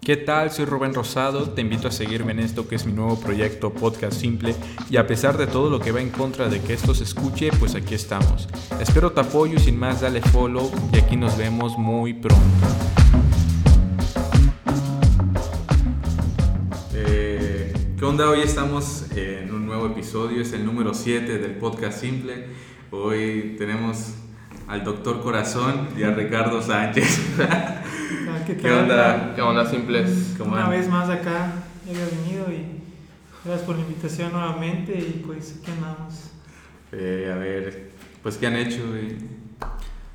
¿Qué tal? Soy Rubén Rosado, te invito a seguirme en esto que es mi nuevo proyecto Podcast Simple y a pesar de todo lo que va en contra de que esto se escuche, pues aquí estamos. Espero tu apoyo y sin más dale follow y aquí nos vemos muy pronto. Eh, ¿Qué onda? Hoy estamos en un nuevo episodio, es el número 7 del Podcast Simple. Hoy tenemos al doctor Corazón y a Ricardo Sánchez. Ah, ¿Qué, ¿Qué tal? onda? ¿Qué onda, simples? ¿Cómo Una andan? vez más acá, ya había venido y gracias por la invitación nuevamente y pues aquí andamos. Eh, a ver, pues qué han hecho, güey?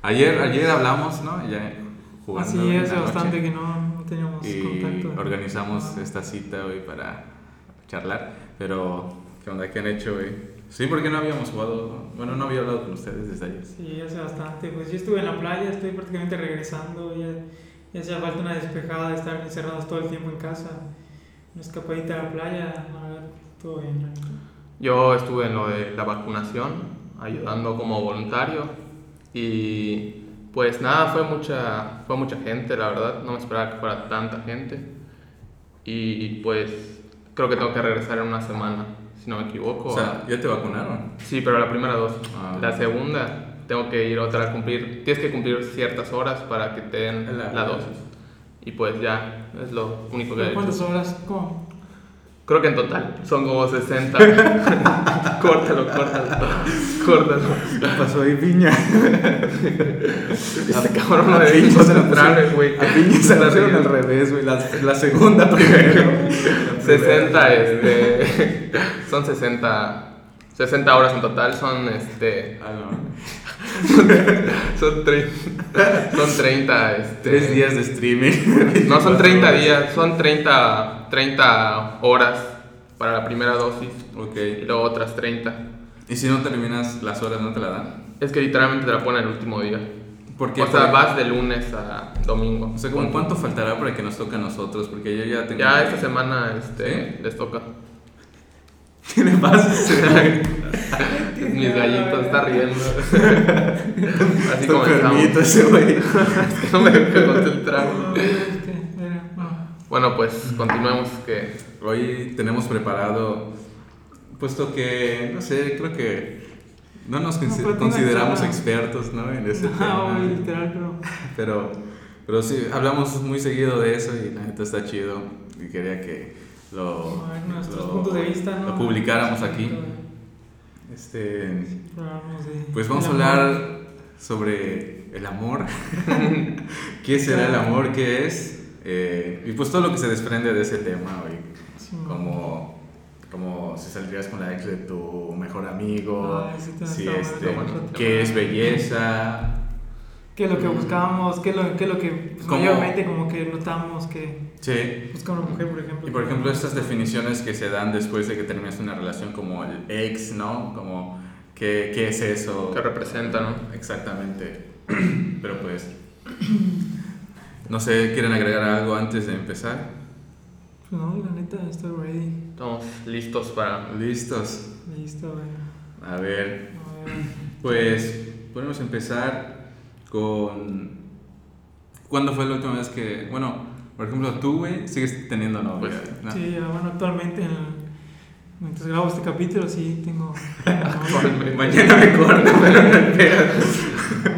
Ayer, ayer hablamos, ¿no? Ya jugando. Así en es, la noche. bastante que no, no teníamos Y contacto. organizamos este esta cita, hoy para charlar. Pero, ¿qué onda? ¿Qué han hecho, güey? Sí, porque no habíamos jugado. Bueno, no había hablado con ustedes desde ayer. Sí, hace bastante. Pues yo estuve en la playa, estoy prácticamente regresando, ya, ya hacía falta una despejada de estar encerrados todo el tiempo en casa. Una escapadita a la playa, la verdad, todo bien. Yo estuve en lo de la vacunación, ayudando como voluntario y pues nada, fue mucha, fue mucha gente, la verdad, no me esperaba que fuera tanta gente y pues creo que tengo que regresar en una semana, si no me equivoco. O sea, ¿ya te vacunaron? sí, pero la primera dosis. Ah. la segunda tengo que ir otra a cumplir, tienes que cumplir ciertas horas para que te den La- la, dosis y pues ya, es lo único que he ¿Y hecho. ¿Cuántas horas? ¿Cómo? Creo que en total son como 60. córtalo, córtalo. Córtalo. Pasó ahí piña. Este cabrón no debe concentrarme, güey. A piña se Está la dieron al riendo. revés, güey. La, la segunda primero. La primera. 60, este. Son 60. 60 horas en total, son este. Ah, no. Son 30. Son 30, este. Tres días de streaming. No son 30 días, son 30, 30 horas para la primera dosis Ok. y luego otras 30. ¿Y si no terminas las horas, no te la dan? Es que literalmente te la ponen el último día. Porque, o sea, vas de lunes a domingo. O sea, ¿cómo ¿cuánto faltará para que nos toque a nosotros? Porque yo ya tengo... Ya esta semana este, les toca. Tiene más. Mis gallitos está riendo. Te Así permito comenzamos. ese güey. No me dejo concentrar. No, este, era, bueno. Bueno, pues continuemos que Hoy tenemos preparado... Puesto que, no sé, creo que... No nos consi- No, pues, consideramos tienes expertos, ¿no? En ese No, tema. güey, Ah, literal, pero... Pero, pero sí, hablamos muy seguido de eso y la neta está chido. Y quería que lo, A ver, nuestros lo- puntos de vista, ¿no? lo publicáramos aquí. Este, Hablamos de- pues vamos a del amor. hablar sobre el amor. ¿Qué será el amor? ¿Qué es? Eh, y pues todo lo que se desprende de ese tema hoy. Sí. Como, como si saldrías con la ex de tu mejor amigo. Ah, ese tema si está este, bueno, está bueno. ¿Qué es belleza? ¿Qué es lo que Mm. buscábamos? ¿Qué es lo, qué es lo que pues, ¿Cómo? mayormente como que notamos que Sí. busca una mujer, por ejemplo? Y por ejemplo, estas definiciones que se dan después de que terminas una relación como el ex, ¿no? Como, ¿qué, qué es eso? que representa, ¿no? Exactamente. Pero pues, no sé, ¿quieren agregar algo antes de empezar? Pues no, la neta, estoy ready. Estamos listos para. Listos. Listo, güey. A ver, A ver. pues podemos empezar con... ¿Cuándo fue la última vez que, bueno, por ejemplo, tú, güey, sigues teniendo novia? Pues, ¿no? Sí, ya, bueno, actualmente en el- mientras grabo este capítulo sí tengo... Actualmente. Mañana me corto, pero no me pegas.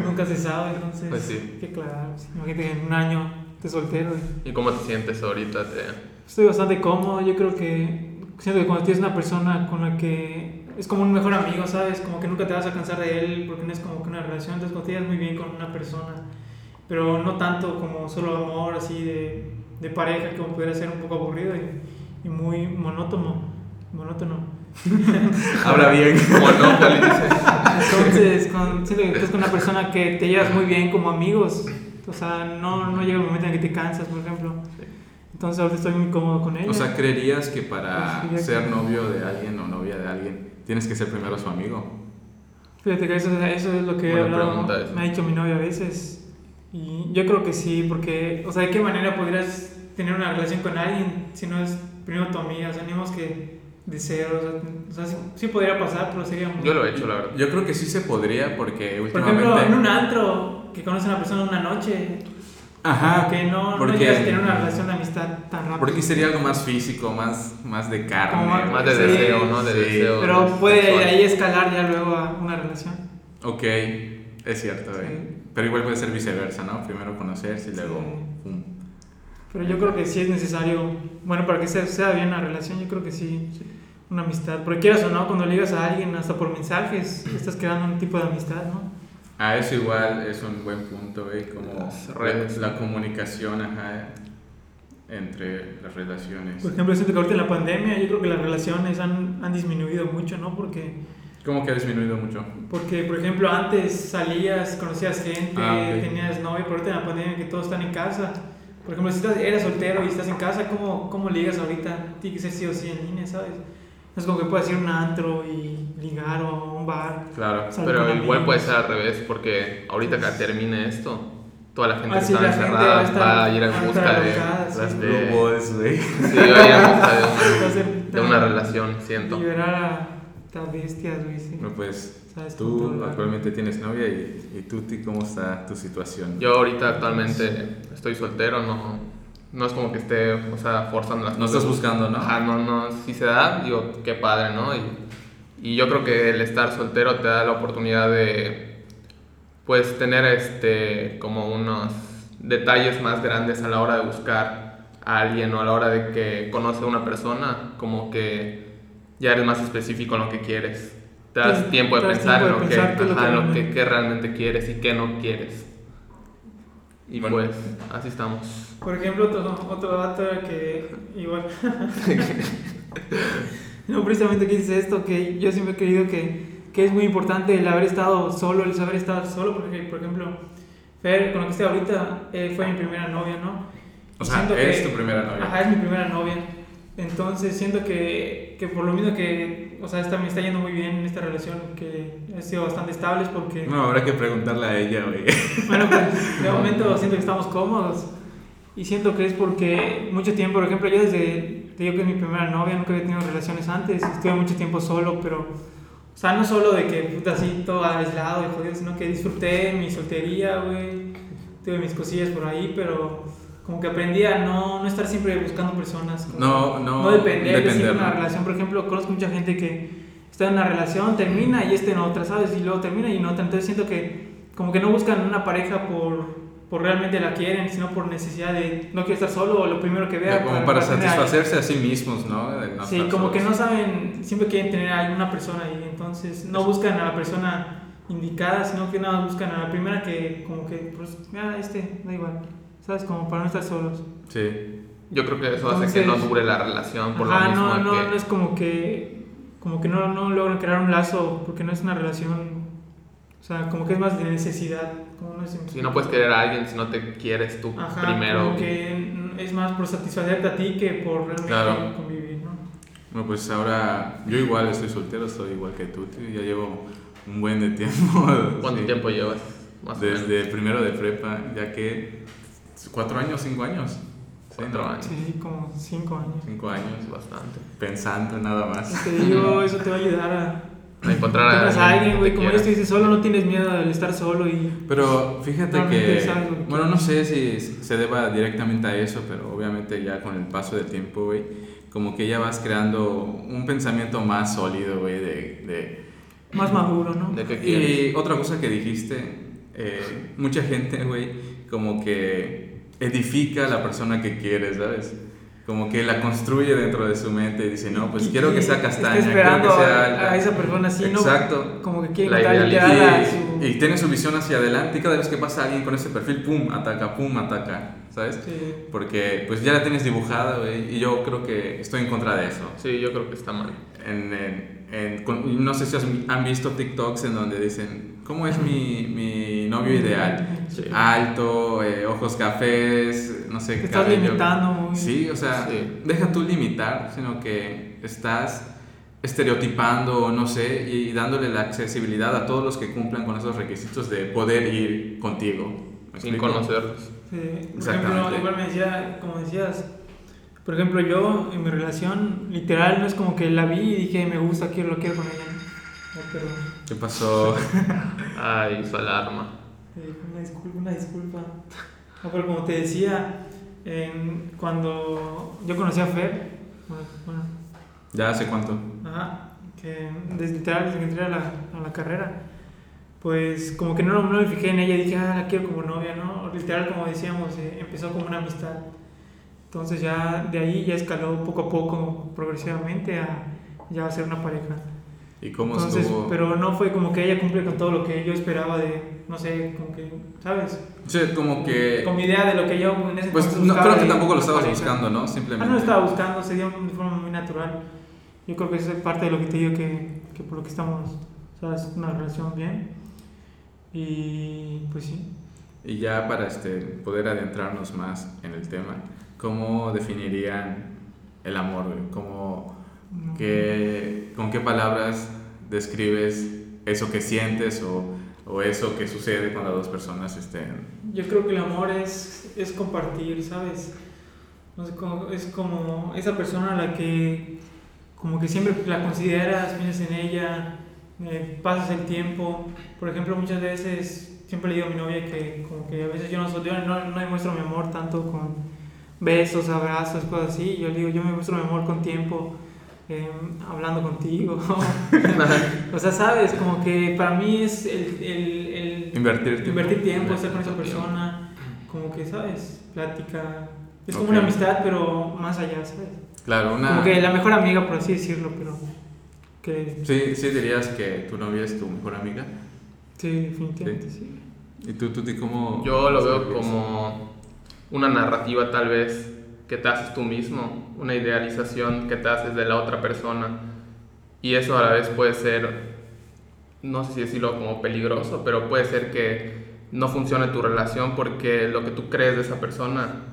Nunca se sabe, entonces Pues sí. hay que claro. Imagínate que en un año de soltero. y- ¿Y cómo te sientes ahorita? Te- Estoy bastante cómodo, yo creo que siento que cuando tienes una persona con la que es como un mejor amigo, ¿sabes? Como que nunca te vas a cansar de él porque no es como que una relación, entonces cuando te llevas muy bien con una persona, pero no tanto como solo amor así de, de pareja, que como pudiera ser un poco aburrido y, y muy monótono, monótono. Habla bien. Monopoly, dice. Entonces, cuando siento que estás con una persona que te llevas muy bien como amigos, o sea, no, no llega el momento en el que te cansas, por ejemplo. Entonces ahorita estoy muy cómodo con ella. O sea, ¿creerías que para Pues, sí, ya ser que- novio de alguien o novia de alguien tienes que ser primero su amigo? Fíjate que eso, eso es lo que he Buena hablado, pregunta esa. me ha dicho mi novia a veces. Y yo creo que sí, porque, o sea, ¿de qué manera podrías tener una relación con alguien si no es primero tu amiga? O sea, ni modo que de cero, o sea, t- o sea, sí, sí podría pasar, pero sería muy... Yo lo he hecho, la verdad. Yo creo que sí se podría porque Por ejemplo, en últimamente... un antro que conoce a una persona una noche, Ah, Ajá. Como que no, no porque- llegas a tener una relación de amistad tan rápido. Porque sería algo más físico, más, más de carne. Como Más de Sí. deseo, ¿no? De Sí. deseo. Pero puede sexual. ahí escalar ya luego a una relación. Ok, es cierto, eh. Pero igual puede ser viceversa, ¿no? Primero conocerse y luego. pum. Pero yo creo que sí es necesario, bueno, para que sea, sea bien una relación, yo creo que sí, una amistad. Porque quieras o no, cuando ligas a alguien, hasta por mensajes, estás creando un tipo de amistad, ¿no? Ah, eso igual es un buen punto, ¿eh? Como Las la- redes. La, comunicación, ajá, entre las relaciones. Por ejemplo, siento que ahorita en la pandemia, yo creo que las relaciones han, han disminuido mucho, ¿no? Porque Como que ha disminuido mucho. Porque, por ejemplo, antes salías, conocías gente, Ah, ok. tenías novia, pero ahorita en la pandemia que todos están en casa. Por ejemplo, si estás, eres soltero y estás en casa, ¿cómo, cómo ligas ahorita? Tiene que ser sí o sí en línea, ¿sabes? No es como que puedas ir a un antro y ligar o a un bar. Claro. salir con Pero amigos. igual puede ser al revés, porque ahorita que termine esto, toda la gente Así que está Ah, la gente va a encerrada estar- va a ir va a en busca estar de, alocada, sí. las de- Blue balls, güey. sí, va a ir en busca de una- Va a ser de una tan- relación, siento. Liberar a estas bestias, güey. sí. No, pues ¿Sabes? tú Controlar. actualmente tienes novia y, y tú, ti, ¿cómo está tu situación? Yo ahorita actualmente estoy soltero, no, no es como que esté, o sea, forzando las No estás buscando, ¿no? Ajá, no, no, si se da, digo, qué padre, ¿no? Y, y yo creo que el estar soltero te da la oportunidad de, pues, tener, este, como unos detalles más grandes a la hora de buscar a alguien o a la hora de que conoce a una persona, como que ya eres más específico en lo que quieres. Te das Te- tiempo de te das pensar tiempo de en lo, pensar qué que, es lo ajá, que en lo que, realmente- qué realmente quieres y qué no quieres. Y Bueno. pues, así estamos. Por ejemplo, otro, otro dato que igual... no, precisamente que dices esto, que yo siempre he creído que, que es muy importante el haber estado solo, el saber estar solo, porque, por ejemplo, Fer, con lo que estoy ahorita, eh, fue mi primera novia, ¿no? O Y sea, siento es tu primera novia. Ajá, es mi primera novia. Entonces, siento que, que por lo mismo que, o sea, esta, me está yendo muy bien en esta relación, que he sido bastante estables porque... No, habrá que preguntarle a ella, güey. Bueno, pues de momento siento que estamos cómodos y siento que es porque mucho tiempo, por ejemplo, yo desde, te digo que es mi primera novia, nunca había tenido relaciones antes, estuve mucho tiempo solo, pero, o sea, no solo de que, puta, así todo aislado y jodido, sino que disfruté mi soltería, güey, tuve mis cosillas por ahí, pero como que aprendí a no, no estar siempre buscando personas. como- No, no. no depender, de si depender, una ¿no? relación. Por ejemplo, conozco mucha gente que está en una relación, termina y está en otra, ¿sabes? Y luego termina y en otra. Entonces siento que como que no buscan una pareja por, por realmente la quieren, sino por necesidad de no quiero estar solo o lo primero que vea. Como para tener a alguien. satisfacerse a sí mismos, ¿no? De no Sí, estar como que no solos. saben, siempre quieren tener a alguna persona ahí. Entonces no buscan a la persona indicada, sino que nada más buscan a la primera que como que, pues, mira, este, da igual. ¿Sabes? Como para no estar solos. Sí. Yo creo que eso hace Entonces- que no dure la relación por Ajá, lo mismo. no, no, que- no es como que como que no, no logran crear un lazo porque no es una relación, o sea, como que es más de necesidad, como no es Si no puedes querer a alguien si no te quieres tú Ajá, primero. como que es más por satisfacerte a ti que por realmente Claro. convivir, ¿no? Bueno, pues ahora yo igual estoy soltero, estoy igual que tú, tío. Ya llevo un buen de tiempo. ¿Cuánto sí. tiempo llevas? Más o menos. Desde primero de prepa, ya que cuatro años, cinco años. Sí, Cuatro ¿no? años. Sí, como cinco años. Cinco años, Es bastante. pensando nada más. Te digo, eso te va a ayudar a A Ah, encontrar a tengas alguien, a alguien, que güey, te como yo quiera. estoy dice, solo no tienes miedo del estar solo y Pero fíjate No, no que, te sabes lo que bueno, no sé si se deba directamente a eso, pero obviamente ya con el paso del tiempo, güey, como que ya vas creando un pensamiento más sólido, güey, de- de más maduro, ¿no? ¿De qué quieres? Y otra cosa que dijiste, eh, mucha gente, güey, como que edifica a la persona que quiere, ¿sabes? Como que la construye dentro de su mente y dice, no, pues Y- quiero que y sea castaña, Está esperando quiero que a- sea alta". a esa persona así, ¿no? Exacto. Como que quiere La darle Y, a su... y tiene su visión hacia adelante y cada vez que pasa alguien con ese perfil, pum, ataca, pum, ataca, ¿sabes? Sí. Porque pues ya la tienes dibujada, güey, y yo creo que estoy en contra de eso. Sí, yo creo que está mal. En, en- en- con- no sé si has- han visto TikToks en donde dicen, ¿cómo es mi, mi novio ideal? Sí. Alto, eh, ojos cafés, no sé, Te estás limitando muy- Sí, o sea, Sí. deja tú limitar, sino que estás estereotipando, o no sé, y, y dándole la accesibilidad a todos los que cumplan con esos requisitos de poder ir contigo. ¿Me Sin explico? conocerlos. Sí, por ejemplo, Exactamente. igual me decía, como decías, por ejemplo, yo en mi relación, literal, no es como que la vi y dije, me gusta, quiero, lo quiero con ella. Ay, perdón. ¿Qué pasó? Ay, su alarma. Eh, una disculpa, una disculpa. No, pero como te decía, en- cuando yo conocí a Fer, bueno, bueno, ¿Ya hace cuánto? ajá, que desde entrar- desde que entré a la, a la carrera, pues como que no, no me fijé en ella, dije, ah, la quiero como novia, ¿no? Literal, como decíamos, eh, empezó como una amistad. Entonces ya de ahí ya escaló poco a poco, progresivamente, a ya ser una pareja. ¿Y cómo Entonces, estuvo? pero no fue como que ella cumple con todo lo que yo esperaba de, no sé, como que, ¿sabes? Sí, como que... Con mi idea de lo que yo en ese Pues entonces no, buscaba creo que de tampoco lo una estabas pareja. buscando, ¿no? Ah, Simplemente... no lo estaba buscando, se dio de forma muy natural. Yo creo que esa es parte de lo que te digo que, que por lo que estamos, ¿sabes? Una relación bien. Y pues sí. Y ya para este, poder adentrarnos más en el tema, ¿cómo definirían el amor? güey? ¿Cómo, no. qué- ¿Con qué palabras describes eso que sientes o, o eso que sucede cuando las dos personas este, estén... Yo creo que el amor es, es compartir, ¿sabes? No sé, como- es como esa persona a la que como que siempre la consideras, piensas en ella, eh, pasas el tiempo. Por ejemplo, muchas veces siempre le digo a mi novia que como que a veces yo no, soy- yo no, no demuestro mi amor tanto con besos, abrazos, cosas así. Yo le digo, yo me muestro mi amor con tiempo, eh, hablando contigo. o sea, ¿sabes? Como que para mí es el- el- el Invertir tiempo. invertir tiempo, estar con esa Invertir tiempo. persona, como que, ¿sabes? Plática. Es Ok. como una amistad, pero más allá, ¿sabes? Claro, una... Como que la mejor amiga, por así decirlo, pero que Sí, sí dirías que tu novia es tu mejor amiga. sí, definitivamente sí. ¿Y tú, Tuti, cómo...? Yo lo veo describirías? como una narrativa tal vez que te haces tú mismo, una idealización que te haces de la otra persona. Y eso a la vez puede ser, no sé si decirlo como peligroso, pero puede ser que no funcione tu relación porque lo que tú crees de esa persona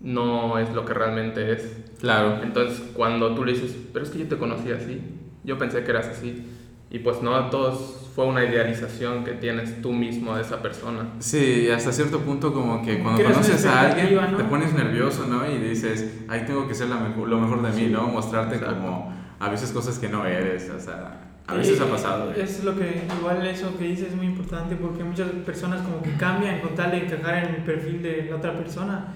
no es lo que realmente es. Claro. Entonces, cuando tú le dices, pero es que yo te conocí así, yo pensé que eras así, y pues no, todos fue una idealización que tienes tú mismo de esa persona. Sí, hasta cierto punto como que Como cuando que eres una conoces a alguien expectativa, ¿no? te pones nervioso, ¿no? Y dices, ay, tengo que ser la mejo- lo mejor de mí, ¿no? Mostrarte exacto. como a veces cosas que no eres, o sea, a veces Y ha pasado. ¿eh? Es lo que, igual eso que dices es muy importante porque muchas personas como que cambian con tal de encajar en el perfil de la otra persona.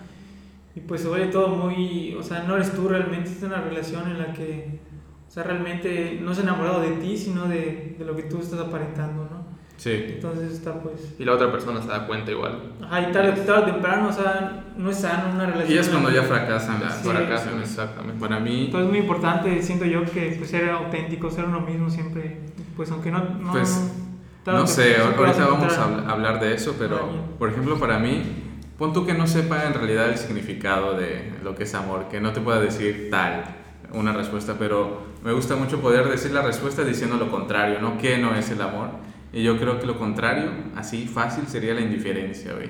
Y pues se vuelve todo muy, o sea, no eres tú realmente, es una relación en la que, o sea, realmente no es enamorado de ti, sino de, de lo que tú estás aparentando, ¿no? Sí. Entonces está pues... Y la otra persona se da cuenta igual. Ajá, y tarde, tarde o temprano, o sea, no es sano una relación. Y es en cuando la ya que- fracasan las Sí. Fracasan, relaciones. exactamente. Para mí, Entonces es muy importante, siento yo, que pues ser auténtico, ser uno mismo siempre, pues aunque no... no Pues, tarde o no sé, temprano, siempre vas ahorita vamos a encontrar- habl- hablar de eso, pero Alguien. por ejemplo para mí, pon tú que no sepa en realidad el significado de lo que es amor, que no te pueda decir tal una respuesta, pero me gusta mucho poder decir la respuesta diciendo lo contrario, ¿no? ¿Qué no es el amor? Y yo creo que lo contrario, así fácil, sería la indiferencia, güey.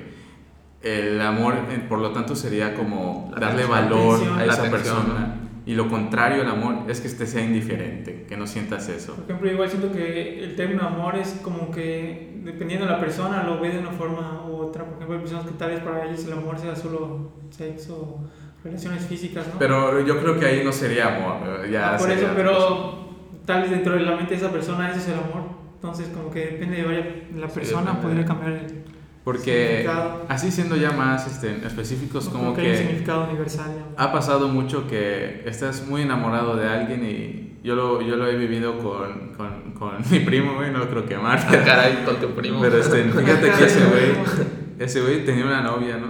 El amor, eh, por lo tanto, sería como La darle atención. valor Atención. a La esa atención, persona. Y lo contrario al amor es que este sea indiferente, que no sientas eso. Por ejemplo, igual siento que el término amor es como que dependiendo de la persona lo ve de una forma u otra. Por ejemplo, hay personas que tal vez para ellos el amor sea solo sexo, relaciones físicas, ¿no? Pero yo creo que ahí no sería amor. eh, Ya Ah, por sería eso, otra cosa. pero tal vez dentro de la mente de esa persona ese es el amor. Entonces, como que depende de varias, la persona depende. podría cambiar el, Porque Significado. así siendo ya más este, específicos, como creo hay un que significado universal. ¿no? ha pasado mucho que estás muy enamorado de alguien y yo lo, yo lo he vivido con, con, con mi primo, güey, no lo creo que Ah, Marta. caray, con tu primo. Pero este, fíjate que ese güey, ese güey tenía una novia, ¿no?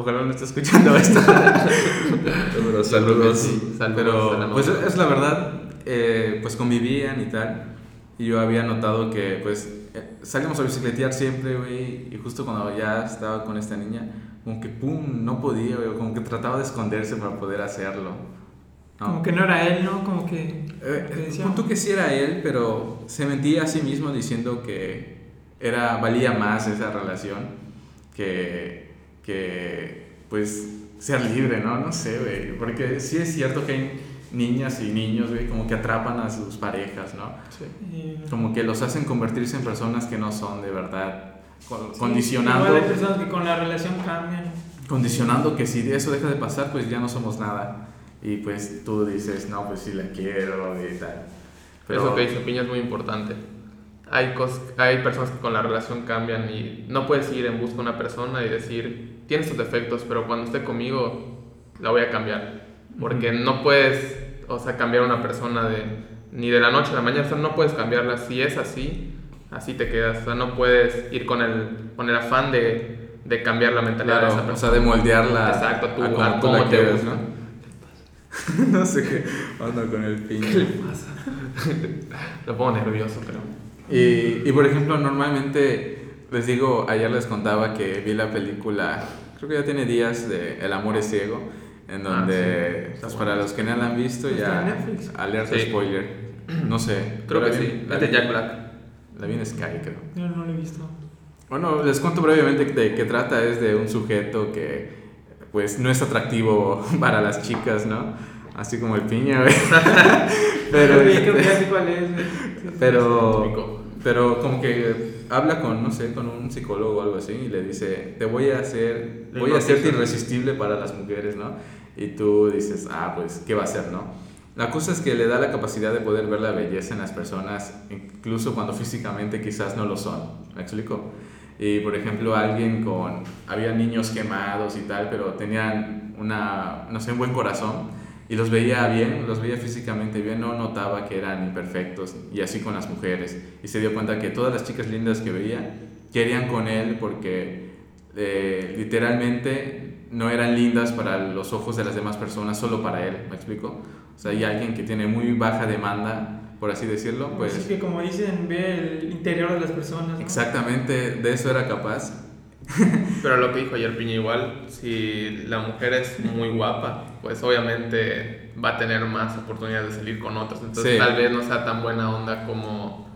Ojalá no esté escuchando esto. Pero saludos. Sí, saludos a la Pero novia. pues es la verdad, eh, pues convivían y tal. Y yo había notado que pues eh, salíamos a bicicletear siempre, güey. Y justo cuando ya estaba con esta niña, como que pum, no podía, güey. Como que trataba de esconderse para poder hacerlo. ¿no? Como que no era él, ¿no? Como que. Eh, como que eh, decía- pon tú que sí era él, pero se mentía a sí mismo diciendo que era, valía más esa relación que, que pues, ser libre, ¿no? No sé, güey. Porque sí es cierto que hay niñas y niños, güey, como que atrapan a sus parejas, ¿no? Y- Como que los hacen convertirse en personas que no son de verdad. Con- Sí, condicionando, Igual hay personas que con la relación cambian. condicionando que si eso deja de pasar, pues ya no somos nada. Y pues tú dices, no, pues sí la quiero y tal. Eso que dice Piña es muy importante. Hay, cos- hay personas que con la relación cambian y no puedes ir en busca de una persona y decir, tiene sus defectos, pero cuando esté conmigo la voy a cambiar. Porque no puedes, o sea, cambiar a una persona de, ni de la noche a la mañana, o sea, no puedes cambiarla. Si es así, así te quedas. O sea, no puedes ir con el, con el afán de, de cambiar la mentalidad Claro, de esa o persona. sea, de moldearla Exacto, tú, a como a tú la cómo te quieres, gusta. ¿no? no sé qué onda con el ¿Qué le pinche. pasa? Lo pongo nervioso, creo. Y, y, por ejemplo, normalmente les digo, ayer les contaba que vi la película, creo que ya tiene días, de El amor es ciego, en Ah, donde, sí. pues, para los que no la han visto, ¿Está en ya Netflix? alerta Sí. spoiler. No sé. Creo ¿la que vi- sí. la Es de vi- Jack Black. La vi en Sky, creo. Yo no lo he visto. Bueno, les cuento brevemente de qué trata. Es de un sujeto que, pues, no es atractivo para las chicas, ¿no? Así como el piña, güey. Pero, Creo que- creo que este, ya sé cuál es. güey. Sí, sí, pero, Típico. pero como que habla con, no sé, con un psicólogo o algo así y le dice, te voy a hacer, Le voy a hacerte hipnotiza. irresistible para las mujeres, ¿no? Y tú dices, ah, pues, ¿qué va a hacer, no? La cosa es que le da la capacidad de poder ver la belleza en las personas, incluso cuando físicamente quizás no lo son. ¿Me explico? Y por ejemplo, alguien con. Había niños quemados y tal, pero tenían una, no sé, un buen corazón y los veía bien, los veía físicamente bien, no notaba que eran imperfectos y así con las mujeres. Y se dio cuenta que todas las chicas lindas que veía querían con él porque eh, literalmente no eran lindas para los ojos de las demás personas, solo para él. ¿Me explico? O sea, hay alguien que tiene muy baja demanda, por así decirlo, pues. Así que como dicen, ve el interior de las personas. ¿no? Exactamente, de eso era capaz. Pero lo que dijo ayer Piña igual, si la mujer es muy guapa, pues obviamente va a tener más oportunidades de salir con otras. Entonces Sí. tal vez no sea tan buena onda como,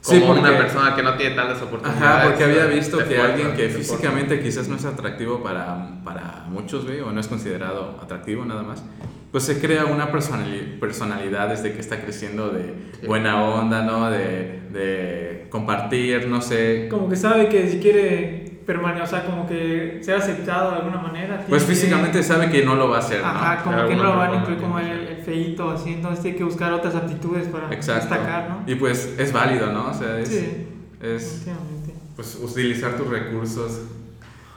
Sí, como una porque- persona que no tiene tantas oportunidades. Ajá, porque había de- visto de que fuerza, alguien que de fuerza. físicamente quizás no es atractivo para, para muchos, güey, o no es considerado atractivo nada más, pues se crea una personali- personalidad desde que está creciendo de Sí. buena onda, ¿no? De, de compartir, no sé. Como que sabe que si quiere permanecer, o sea, como que ser aceptado de alguna manera. tiene Pues que- físicamente sabe que no lo va a hacer, ¿no? Ajá, como Claro, que no lo bueno, van a bueno, incluir como el, bueno. el feíto, así. Entonces tiene que buscar otras aptitudes para Exacto. destacar, ¿no? Y pues es válido, ¿no? O sea, es, Sí, es efectivamente. pues utilizar tus recursos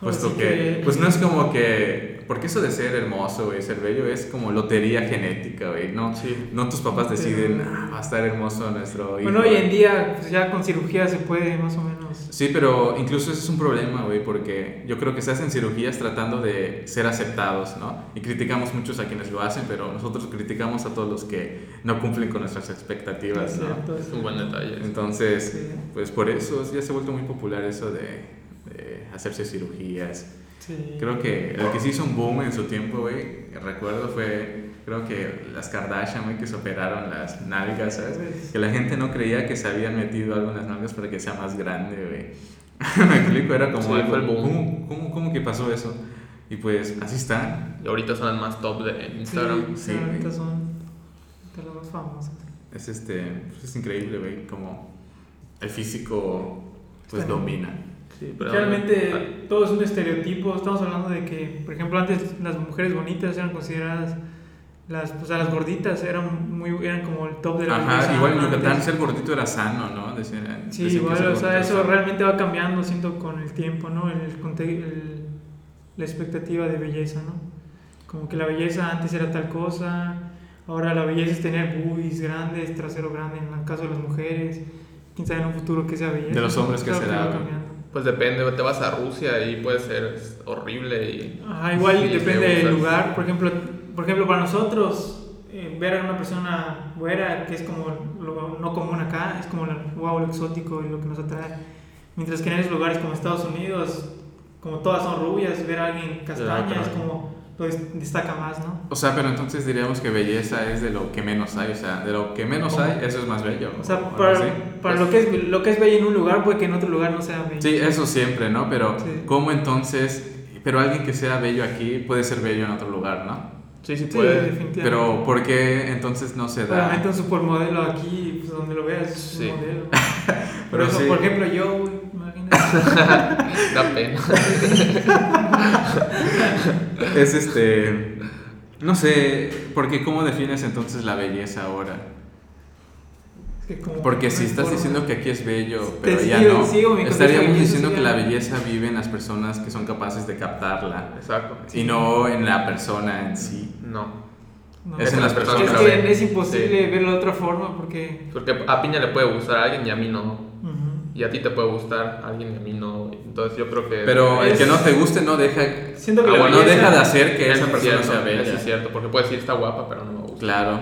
puesto Así que, que- pues no es como que porque eso de ser hermoso güey, ser bello es como lotería genética güey no Sí. no tus papás deciden Pero- "Ah, va a estar hermoso nuestro hijo Bueno, hoy en día pues, ya con cirugía se puede más o menos. ¿eh? sí pero incluso ese es un problema güey porque yo creo que se hacen cirugías tratando de ser aceptados no y criticamos muchos a quienes lo hacen pero nosotros criticamos a todos los que no cumplen con nuestras expectativas hacer no todo Es eso. un buen detalle. entonces Sí, pues por eso ya se ha vuelto muy popular eso de, de hacerse cirugías sí. Creo que el que sí hizo un boom en su tiempo, güey, recuerdo fue, creo que las Kardashian, güey, que se operaron las nalgas, ¿sabes? Que la gente no creía que se habían metido algo en las nalgas para que sea más grande, güey. Me explico, era como, Sí, fue el boom. ¿cómo, cómo, cómo que pasó eso? Y pues, así está. Y ahorita son las más top de Sí, Instagram. sí, sí, ahorita güey. son de los más famosos. Es este, pues, es increíble, güey, como el físico, pues, Está bien. domina. Sí, pero- ah. Realmente todo es un estereotipo. Estamos hablando de que, por ejemplo, antes las mujeres bonitas eran consideradas las, o sea, las gorditas eran muy, eran como el top de la Ajá, belleza igual en pues, antes. Yucatán ser gordito era sano, ¿no? Decían- Sí, decían que igual, ser o gordito sea, era eso sano. realmente va cambiando, siento, con el tiempo, ¿no? El, conte- el- la expectativa de belleza, ¿no? Como que la belleza antes era tal cosa, ahora la belleza es tener boobies grandes, trasero grande, en el caso de las mujeres, quién sabe en un futuro qué sea belleza. De los hombres, ¿qué Claro que será, va güey? cambiando. Pues depende, te vas a Rusia y puede ser horrible y... Ajá, igual Sí, depende feo, del ¿sabes? lugar. Por ejemplo, por ejemplo para nosotros, eh, ver a una persona güera, que es como lo no común acá, es como lo, wow, lo exótico y lo que nos atrae. Mientras que en esos lugares como Estados Unidos, como todas son rubias, ver a alguien castaña Claro. es como lo des- destaca más, ¿no? O sea, pero entonces diríamos que belleza es de lo que menos hay, o sea, de lo que menos ¿Cómo? hay, eso es más bello. O sea, algo para, así. para lo, que es, lo que es bello en un lugar puede que en otro lugar no sea bello. Sí, eso siempre, ¿no? Pero Sí. ¿cómo entonces? Pero alguien que sea bello aquí puede ser bello en otro lugar, ¿no? Sí, sí Sí, puede. definitivamente. Pero ¿por qué entonces no se da? Obviamente un supermodelo aquí, pues donde lo veas, es un Sí. modelo. Pero Pero eso, sí. por ejemplo, yo, güey, imagínate. Da pena. Es este... No sé, porque ¿cómo defines entonces la belleza ahora? Es que que como Porque que si no estás informa. diciendo que aquí es bello, Te pero ya sigo- no, sigo mi estaríamos contexto, diciendo ya. que la belleza vive en las personas que son capaces de captarla Exacto. y no en la persona en sí. No. No. Es es, en las personas que la que ven. es imposible verlo de otra forma porque Porque a Piña le puede gustar a alguien y a mí no. ujú. Y a ti te puede gustar a alguien y a mí no. Entonces yo creo que... Pero el Es- que no te guste no deja, siento que Ah, la bueno, no belleza- deja de hacer que Eso esa es persona cierto, sea Eso es bella. cierto, porque puede decir está guapa, pero no me gusta. Claro.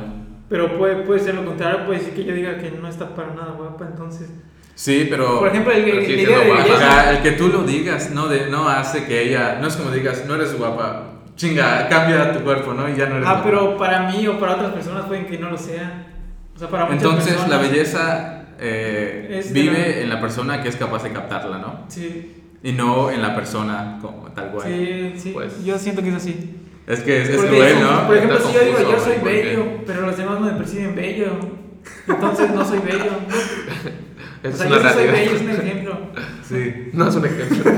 pero puede, puede ser lo contrario puede decir que yo diga que no está para nada guapa entonces Sí, pero... por ejemplo el, pero el- sí, la siendo idea de guapa. O belleza sea, el que tú lo digas no, de, no hace que ella... No es como digas, no eres guapa, chinga, cambia tu cuerpo, ¿no? Y ya no eres Ah, guapa. pero para mí o para otras personas pueden que no lo sea. O sea, para muchas Entonces personas. la belleza eh, Es de vive la- en la persona que es capaz de captarla, ¿no? Sí, Y no en la persona como tal cual. sí, sí. pues. yo siento que es así. Es que es, es Porque, cruel, ¿no? Por ejemplo, Está si yo digo confuso, yo soy ¿por qué? bello, pero los demás no me perciben bello, entonces no soy bello. Esa o sea, es una yo sí soy realidad. bello, es un ejemplo. Sí. No es un ejemplo.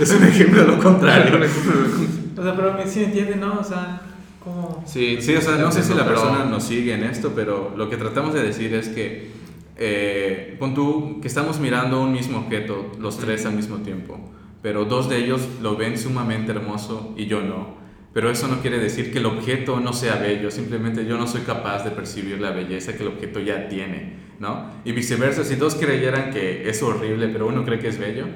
Es un ejemplo de lo Es un contrario. ejemplo. O sea, pero me- sí me entienden, ¿no? O sea, como. sí, Sí, o sea, no sé si la pero- persona nos sigue en esto, pero lo que tratamos de decir es que eh, pon tú que estamos mirando un mismo objeto, los tres al mismo tiempo, pero dos de ellos lo ven sumamente hermoso y yo no. Pero eso no quiere decir que el objeto no sea bello, simplemente yo no soy capaz de percibir la belleza que el objeto ya tiene, ¿no? Y viceversa, si dos creyeran que es horrible, pero uno cree que es bello,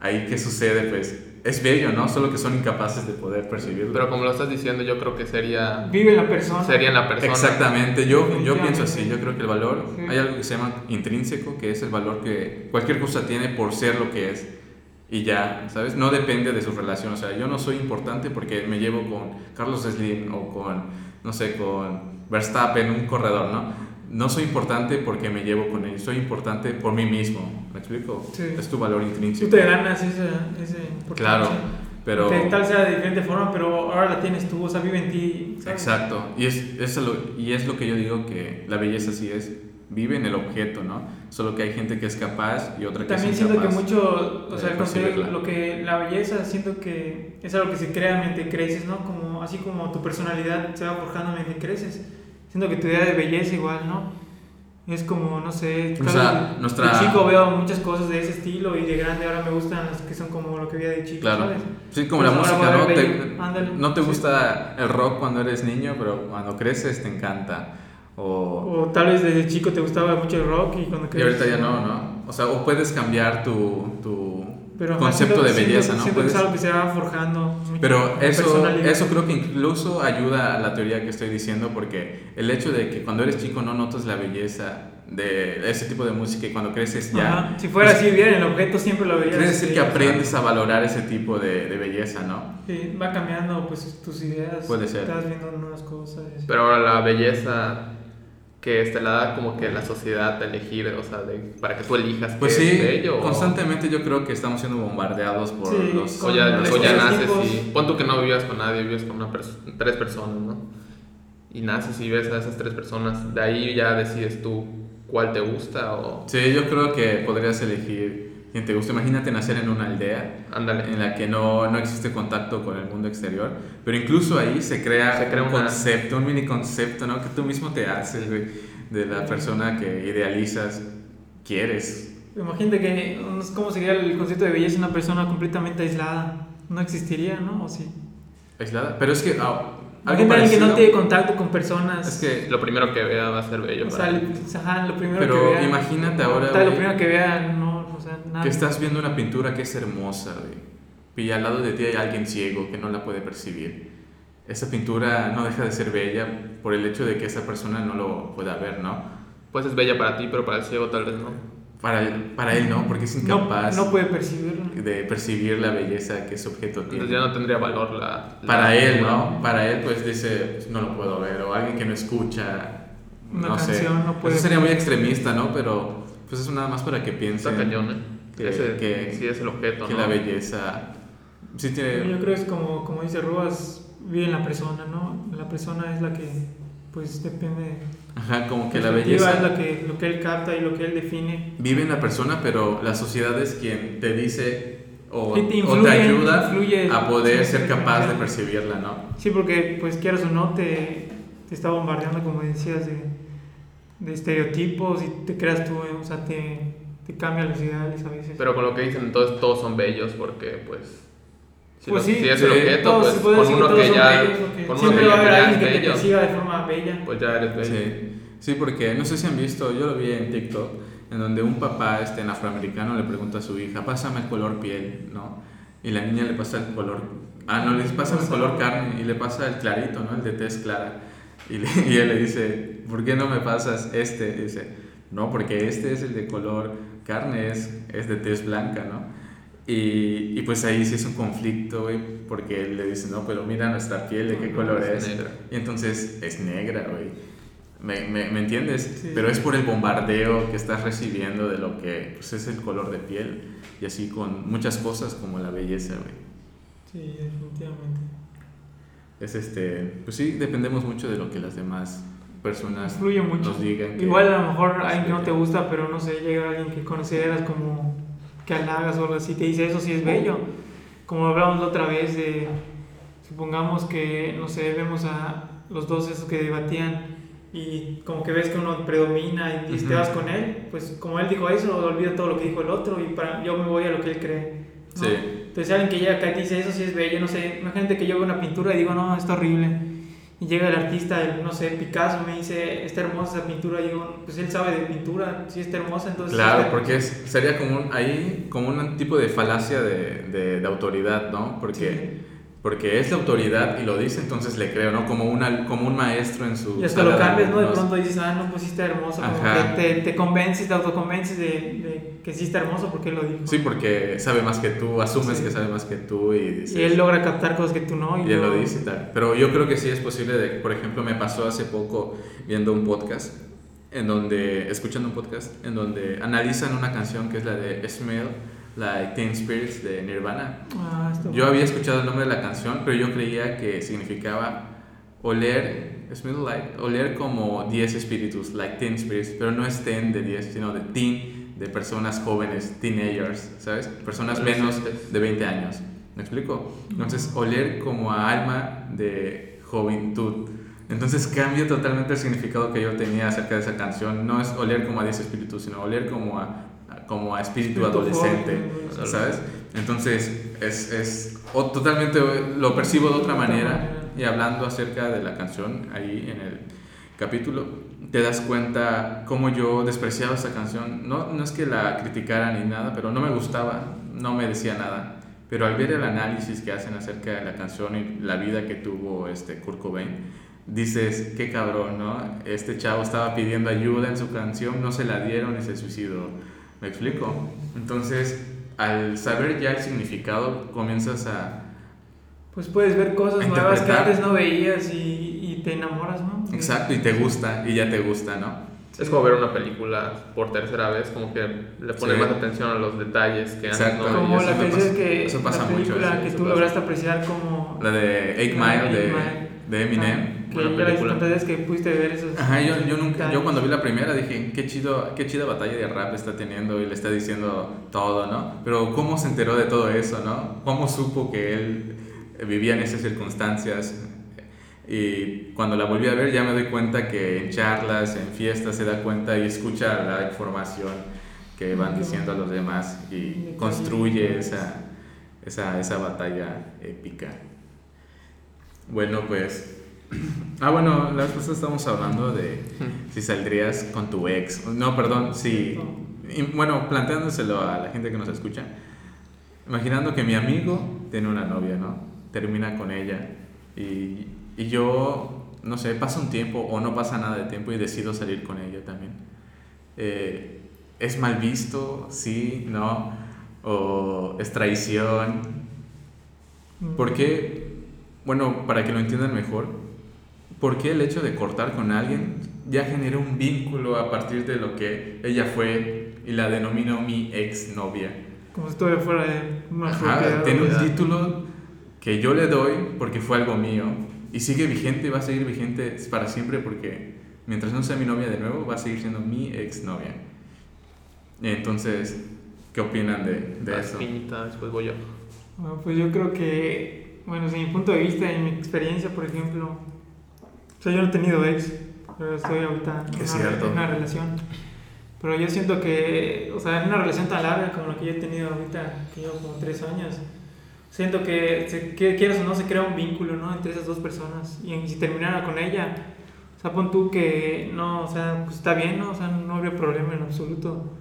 ahí qué sucede, pues es bello, ¿no? Solo que son incapaces de poder percibirlo. Pero como lo estás diciendo, yo creo que sería, Vive la persona. sería en la persona. Exactamente, yo, yo Definitivamente. pienso así, yo creo que el valor, Sí. hay algo que se llama intrínseco, que es el valor que cualquier cosa tiene por ser lo que es y ya, ¿sabes? No depende de su relación, o sea, yo no soy importante porque me llevo con Carlos Slim o con, no sé, con Verstappen, un corredor, ¿no? No soy importante porque me llevo con él, soy importante por mí mismo, ¿me explico? Sí. Es tu valor Tú intrínseco. te ganas ese. ese Claro, importancia. pero... Que tal sea de diferente forma, pero ahora la tienes tú, o sea, vive en ti. ¿sabes? Exacto, y es, es lo, y es lo que yo digo que la belleza sí es, vive en el objeto, ¿no? Solo que hay gente que es capaz y otra que También es siento que incapaz. mucho, o de sea, el concepto- percibirla. lo que la belleza, siento que es algo que se crea mientras creces, ¿no? Como, así como tu personalidad se va forjando mientras creces. Siento que tu idea de belleza igual, ¿no? Es como, no sé, O tal sea, vez de- nuestra- de chico veo muchas cosas de ese estilo y de grande ahora me gustan las que son como lo que veía de chico, Claro. ¿sabes? Sí, como la Pues ahora música, voy a ¿no? ver Te, bello. Ándale. no te Sí. gusta el rock cuando eres niño, pero cuando creces te encanta. O, O tal vez desde chico te gustaba mucho el rock y cuando y ahorita ya no, ¿no? O sea, o puedes cambiar tu, tu Pero concepto ajá, de siento- belleza, siento- ¿no? Siento que Puedes- es algo que se va forjando. mucho Pero tu eso, personalidad. eso creo que incluso ayuda a la teoría que estoy diciendo porque el hecho de que cuando eres chico no notas la belleza de ese tipo de música y cuando creces ya... Ajá. Si fuera pues, así, bien, el objeto siempre lo verías. Quiere decir sí. que aprendes a valorar ese tipo de, de belleza, ¿no? Sí, va cambiando pues tus ideas. Puede ser. Estás viendo nuevas cosas. Pero ahora la belleza que te la da como que la sociedad de elegir, o sea, de- para que tú elijas Pues qué sí, es bello. o- constantemente yo creo que estamos siendo bombardeados por Sí, los... O ya, Con o ya los naces tipos. y... Pon tú que no vivías con nadie, vivías con una pers- tres personas, ¿no? Y naces y ves a esas tres personas. De ahí ya decides tú cuál te gusta o... Sí, yo creo que podrías elegir quien te gusta. Imagínate nacer en una aldea Ándale. en la que no, no existe contacto con el mundo exterior, pero incluso ahí se crea, Se crea un una- concepto, un mini concepto, ¿no? Que tú mismo te haces, güey, de la persona que idealizas, quieres. Imagínate que, no sé ¿cómo sería el concepto de belleza en una persona completamente aislada? No existiría, ¿no? O sí. Aislada. Pero es que... ah, algo Imagínate a alguien que no parecido- tiene contacto con personas. Es que Lo primero que vea va a ser bello O para sea, ti. le- ajá, lo primero Pero que vean. imagínate ahora, Tal, lo güey. primero que vean, no, o sea, nada. Que estás viendo una pintura que es hermosa, güey. Y al lado de ti hay alguien ciego que no la puede percibir. Esa pintura no deja de ser bella por el hecho de que esa persona no lo pueda ver, ¿no? Pues es bella para ti, pero para el ciego tal vez no. Para él, para él no, porque es no, incapaz no puede percibirlo. de percibir la belleza que ese objeto Entonces tiene. Pues ya no tendría valor la... la- Para él, ¿no? Para él, pues dice, "Pues, no lo puedo ver. O alguien que no escucha. Una no sé. canción no puede- Eso sería muy extremista, ¿no? Pero pues es nada más para que piensen Está cañón, ¿eh? Que- Ese- que- sí es el objeto, que ¿no? la belleza... Sí Eh, tiene... Yo creo que es como, como dice Rubas, vive en la persona, ¿no? La persona es la que, pues, depende. Ajá, como que la perspectiva belleza es la que, lo que él capta y lo que él define. vive en la persona, pero la sociedad es quien te dice o, Sí, te o influye, te ayuda influye. a poder Sí, ser sí, capaz sí. de percibirla, ¿no? Sí, porque, pues, quieras o no, te, te está bombardeando, como decías, de, de estereotipos y te creas tú, eh, o sea, te, te cambian los ideales a veces. Pero con lo que dicen, entonces todos son bellos porque, pues. Si, Pues lo- sí, si es sí, el objeto, Todos pues se puede con decir uno todos que son ya. bellos, porque Con uno siempre que va a haber ya alguien es que te bello, persiga de forma bella. pues ya eres bello. Sí, sí, porque no sé si han visto, yo lo vi en TikTok, en donde un papá este, en afroamericano le pregunta a su hija, pásame el color piel, ¿no? Y la niña le pasa el color, ah, no, le dice, pásame el color carne y le pasa el clarito, ¿no? El de tez clara. Y, le- y él le dice, ¿por qué no me pasas este? Y dice, no, porque este es el de color carne, es, es de tez blanca, ¿no? Y, y pues ahí sí es un conflicto, güey, porque él le dice, no, pero mira nuestra piel, ¿de qué color Es es? negra. Y entonces es negra, güey. ¿Me, me, me entiendes? Sí. Pero es por el bombardeo que estás recibiendo de lo que pues, es el color de piel. Y así con muchas cosas como la belleza, güey. Sí, definitivamente. Es este. Pues sí, dependemos mucho de lo que las demás personas Influye mucho. nos digan. que- Igual a lo mejor alguien que no te gusta, pero no sé, llega alguien que consideras como que halagas o algo así, te dice eso sí es bello. Como hablamos la otra vez de, supongamos que, no sé, vemos a los dos esos que debatían y como que ves que uno predomina y, y te Ujú. vas con él, pues como él dijo eso, olvida todo lo que dijo el otro y para, yo me voy a lo que él cree. ¿no? Sí. Entonces alguien que llega acá y dice, eso sí es bello, no sé, imagínate que yo veo una pintura y digo, no, está horrible. Y llega el artista, el, no sé, Picasso, me dice, está hermosa esa pintura. Y digo, pues él sabe de pintura, sí está hermosa, entonces... Pues, este, sí Claro, está porque es- sería como un, ahí como un tipo de falacia de, de- de autoridad, ¿no? Porque, porque es la autoridad y lo dice, entonces le creo, ¿no? Como, una, como un maestro en su... Y hasta lo sala de cambias, ¿no? De alumnos. pronto dices, ah, no, pues sí está hermoso. Como Ajá. que te, te convences, te autoconvences de, de que sí está hermoso porque él lo dijo. Sí, porque sabe más que tú, asumes Sí. que sabe más que tú y dices- y él logra captar cosas que tú no. Y, y él lo luego- dice y tal. Pero yo creo que sí es posible, de, por ejemplo, me pasó hace poco viendo un podcast, en donde, escuchando un podcast, en donde analizan una canción que es la de Smell, Like Teen Spirits de Nirvana. Ah, esto- Yo había escuchado el nombre de la canción, pero yo creía que significaba oler, smell like, oler como 10 espíritus, like teen spirits, pero no es ten de 10, sino de teen, de personas jóvenes, teenagers, ¿sabes? Personas menos de 20 años. ¿Me explico? Entonces, oler como a alma de juventud. Entonces cambia totalmente el significado que yo tenía acerca de esa canción. No es oler como a 10 espíritus, sino oler como a, como a espíritu Espíritu adolescente, joven. ¿sabes? Entonces es, es o- totalmente, lo percibo de otra manera. Y hablando acerca de la canción, ahí en el capítulo, te das cuenta cómo yo despreciaba esa canción. No, no es que la criticara ni nada, pero no me gustaba, no me decía nada. Pero al ver el análisis que hacen acerca de la canción y la vida que tuvo este Kurt Cobain, dices, qué cabrón, ¿no? Este chavo estaba pidiendo ayuda en su canción, no se la dieron y se suicidó. ¿Me explico? Entonces, al saber ya el significado, comienzas a... Pues puedes ver cosas nuevas que Interpretar. antes no veías y, y te enamoras, ¿no? Exacto, y te gusta, y ya te gusta, ¿no? Es como ver una película por tercera vez, como que le pones Sí. más atención a los detalles que antes Exacto. no Como eso veías. la me que pasa- dices que eso pasa la mucho, película sí, que eso tú pasa. lograste apreciar como La de Eight Mile de, de Eminem. Ah, que Buena ya la película. disfrutas, es que pudiste ver esos. Ajá, yo, yo nunca, yo detalles. cuando vi la primera dije, qué chido, qué chida batalla de rap está teniendo y le está diciendo todo, ¿no? Pero ¿cómo se enteró de todo eso, no? ¿Cómo supo que él vivía en esas circunstancias? Y cuando la volví a ver ya me doy cuenta que en charlas, en fiestas se da cuenta y escucha la información que van diciendo a los demás y construye esa, esa, esa batalla épica. Bueno, pues Ah, bueno, la vez pasada estábamos hablando de si saldrías con tu ex. No, perdón, si. y, bueno, planteándoselo a la gente que nos escucha. Imaginando que mi amigo tiene una novia, ¿no? Termina con ella. Y, y yo, no sé, pasa un tiempo o no pasa nada de tiempo y decido salir con ella también. Eh, ¿Es mal visto? ¿Sí? ¿No? ¿O es traición? ¿Por qué? Bueno, para que lo entiendan mejor, ¿por qué el hecho de cortar con alguien ya genera un vínculo a partir de lo que ella fue y la denominó mi exnovia? Como si estuviera fuera de una Ajá, propiedad, tiene un ¿verdad? título que yo le doy porque fue algo mío y sigue vigente y va a seguir vigente para siempre porque mientras no sea mi novia de nuevo va a seguir siendo mi exnovia. Entonces, ¿qué opinan de, de eso? Piñita, después voy yo. Bueno, pues yo creo que, bueno, desde mi punto de vista y mi experiencia, por ejemplo, o sea, yo no he tenido ex, pero estoy ahorita en Es una- cierto. en una relación. Pero yo siento que, o sea, en una relación tan larga como la que yo he tenido ahorita, que llevo como tres años, siento que, se, que quieras o no, se crea un vínculo, ¿no? Entre esas dos personas. Y en- si terminara con ella, o sea, pon tú que, no, o sea, pues está bien, ¿no? O sea, no habría problema en absoluto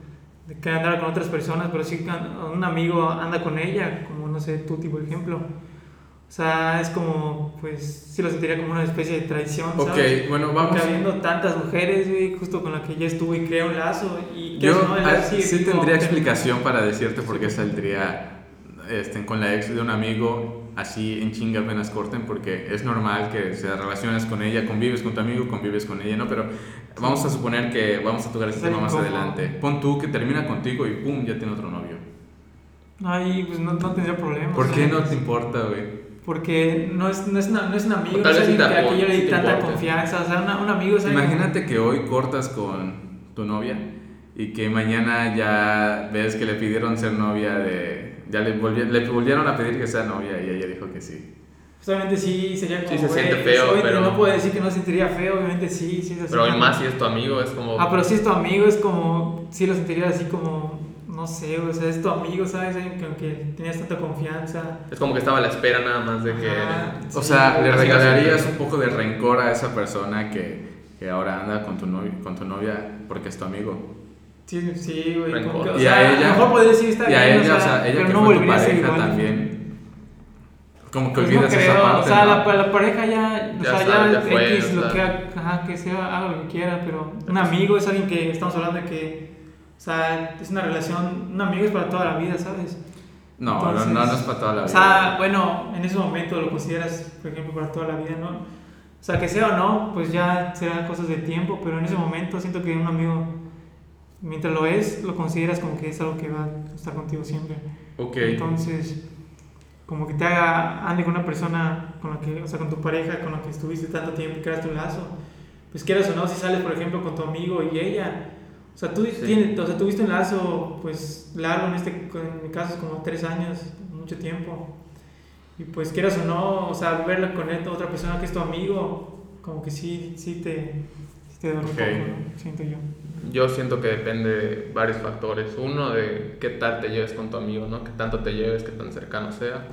de que andara con otras personas, pero si can- un amigo anda con ella, como, no sé, Tuti, por ejemplo. O sea, es como, pues, sí lo sentiría como una especie de traición, Ok, ¿sabes? bueno, Porque vamos. habiendo tantas mujeres, güey, justo con la que ya estuve y creé un lazo y que Yo no, el ah, lazo sí, es como- tendría explicación para decirte por qué saldría este, con la ex de un amigo así en chinga apenas corten, porque es normal que se relacionas con ella, convives con tu amigo, convives con ella, ¿no? Pero vamos a suponer que vamos a tocar este Está tema más incómodo. adelante. Pon tú que termina contigo y pum, ya tiene otro novio. Ay, pues no, no tendría problema. o ¿Por sea, pues, qué no te importa, güey? Porque no es, no es, una- no es un amigo, O no tal es vez sí alguien te que, a quien yo apoya, le sí di te tanta importa. confianza. O sea, una- un amigo es alguien- Imagínate que hoy cortas con tu novia y que mañana ya ves que le pidieron ser novia de... Ya le, volvi- le volvieron a pedir que sea novia y ella dijo que sí. Obviamente sí, sería como. Sí se güey, pues, siente feo, obviamente pero- No puedo decir que no sentiría feo, obviamente sí, sí es así. Pero hoy como- más si es tu amigo, es como... Ah, pero si es tu amigo, es como. Sí lo sentiría así como. No sé, o sea, es tu amigo, ¿sabes? Alguien con quien tenías tanta confianza. Es como que estaba a la espera nada más de que... Ajá, O sí, sea, le así regalarías casi. un poco de rencor a esa persona que, que ahora anda con tu, novio, con tu novia porque es tu amigo. Sí, sí, güey. Rencor. como que, o Y sea, a ella- lo mejor podría decir está y a bien, ella, o sea, ella pero que fue no tu volvería a ser pareja igual. también. Como que Pues olvidas no esa creo, parte. O ¿no? sea, la, la pareja ya, o Ya sea, ya, sabe, ya fue, X, o lo sea. que, haga- ajá, que sea, haga lo que quiera, pero un amigo es alguien que estamos hablando de que, o sea, es una relación, un amigo es para toda la vida, ¿sabes? No, no, Entonces, no, no es para toda la vida. O sea, bueno, en ese momento lo consideras, por ejemplo, para toda la vida, ¿no? O sea, que sea o no, pues ya serán cosas de tiempo, pero en ese momento siento que un amigo, mientras lo es, lo consideras como que es algo que va a estar contigo siempre. Ok. Entonces, como que te haga, ande con una persona con la que, o sea, con tu pareja, con la que estuviste tanto tiempo y creas tu lazo. Pues quieras o no, si sales, por ejemplo, con tu amigo y ella. O sea, tú tienes, o sea, tuviste un lazo, pues, largo, en este, en mi caso es como tres años, mucho tiempo. Y pues quieras o no, o sea, verla con esta otra persona que es tu amigo, como que sí, sí te, sí te Ok. duele un poco, ¿no? siento yo. Yo siento que depende de varios factores. Uno, de qué tal te lleves con tu amigo, ¿no? Qué tanto te lleves, qué tan cercano sea.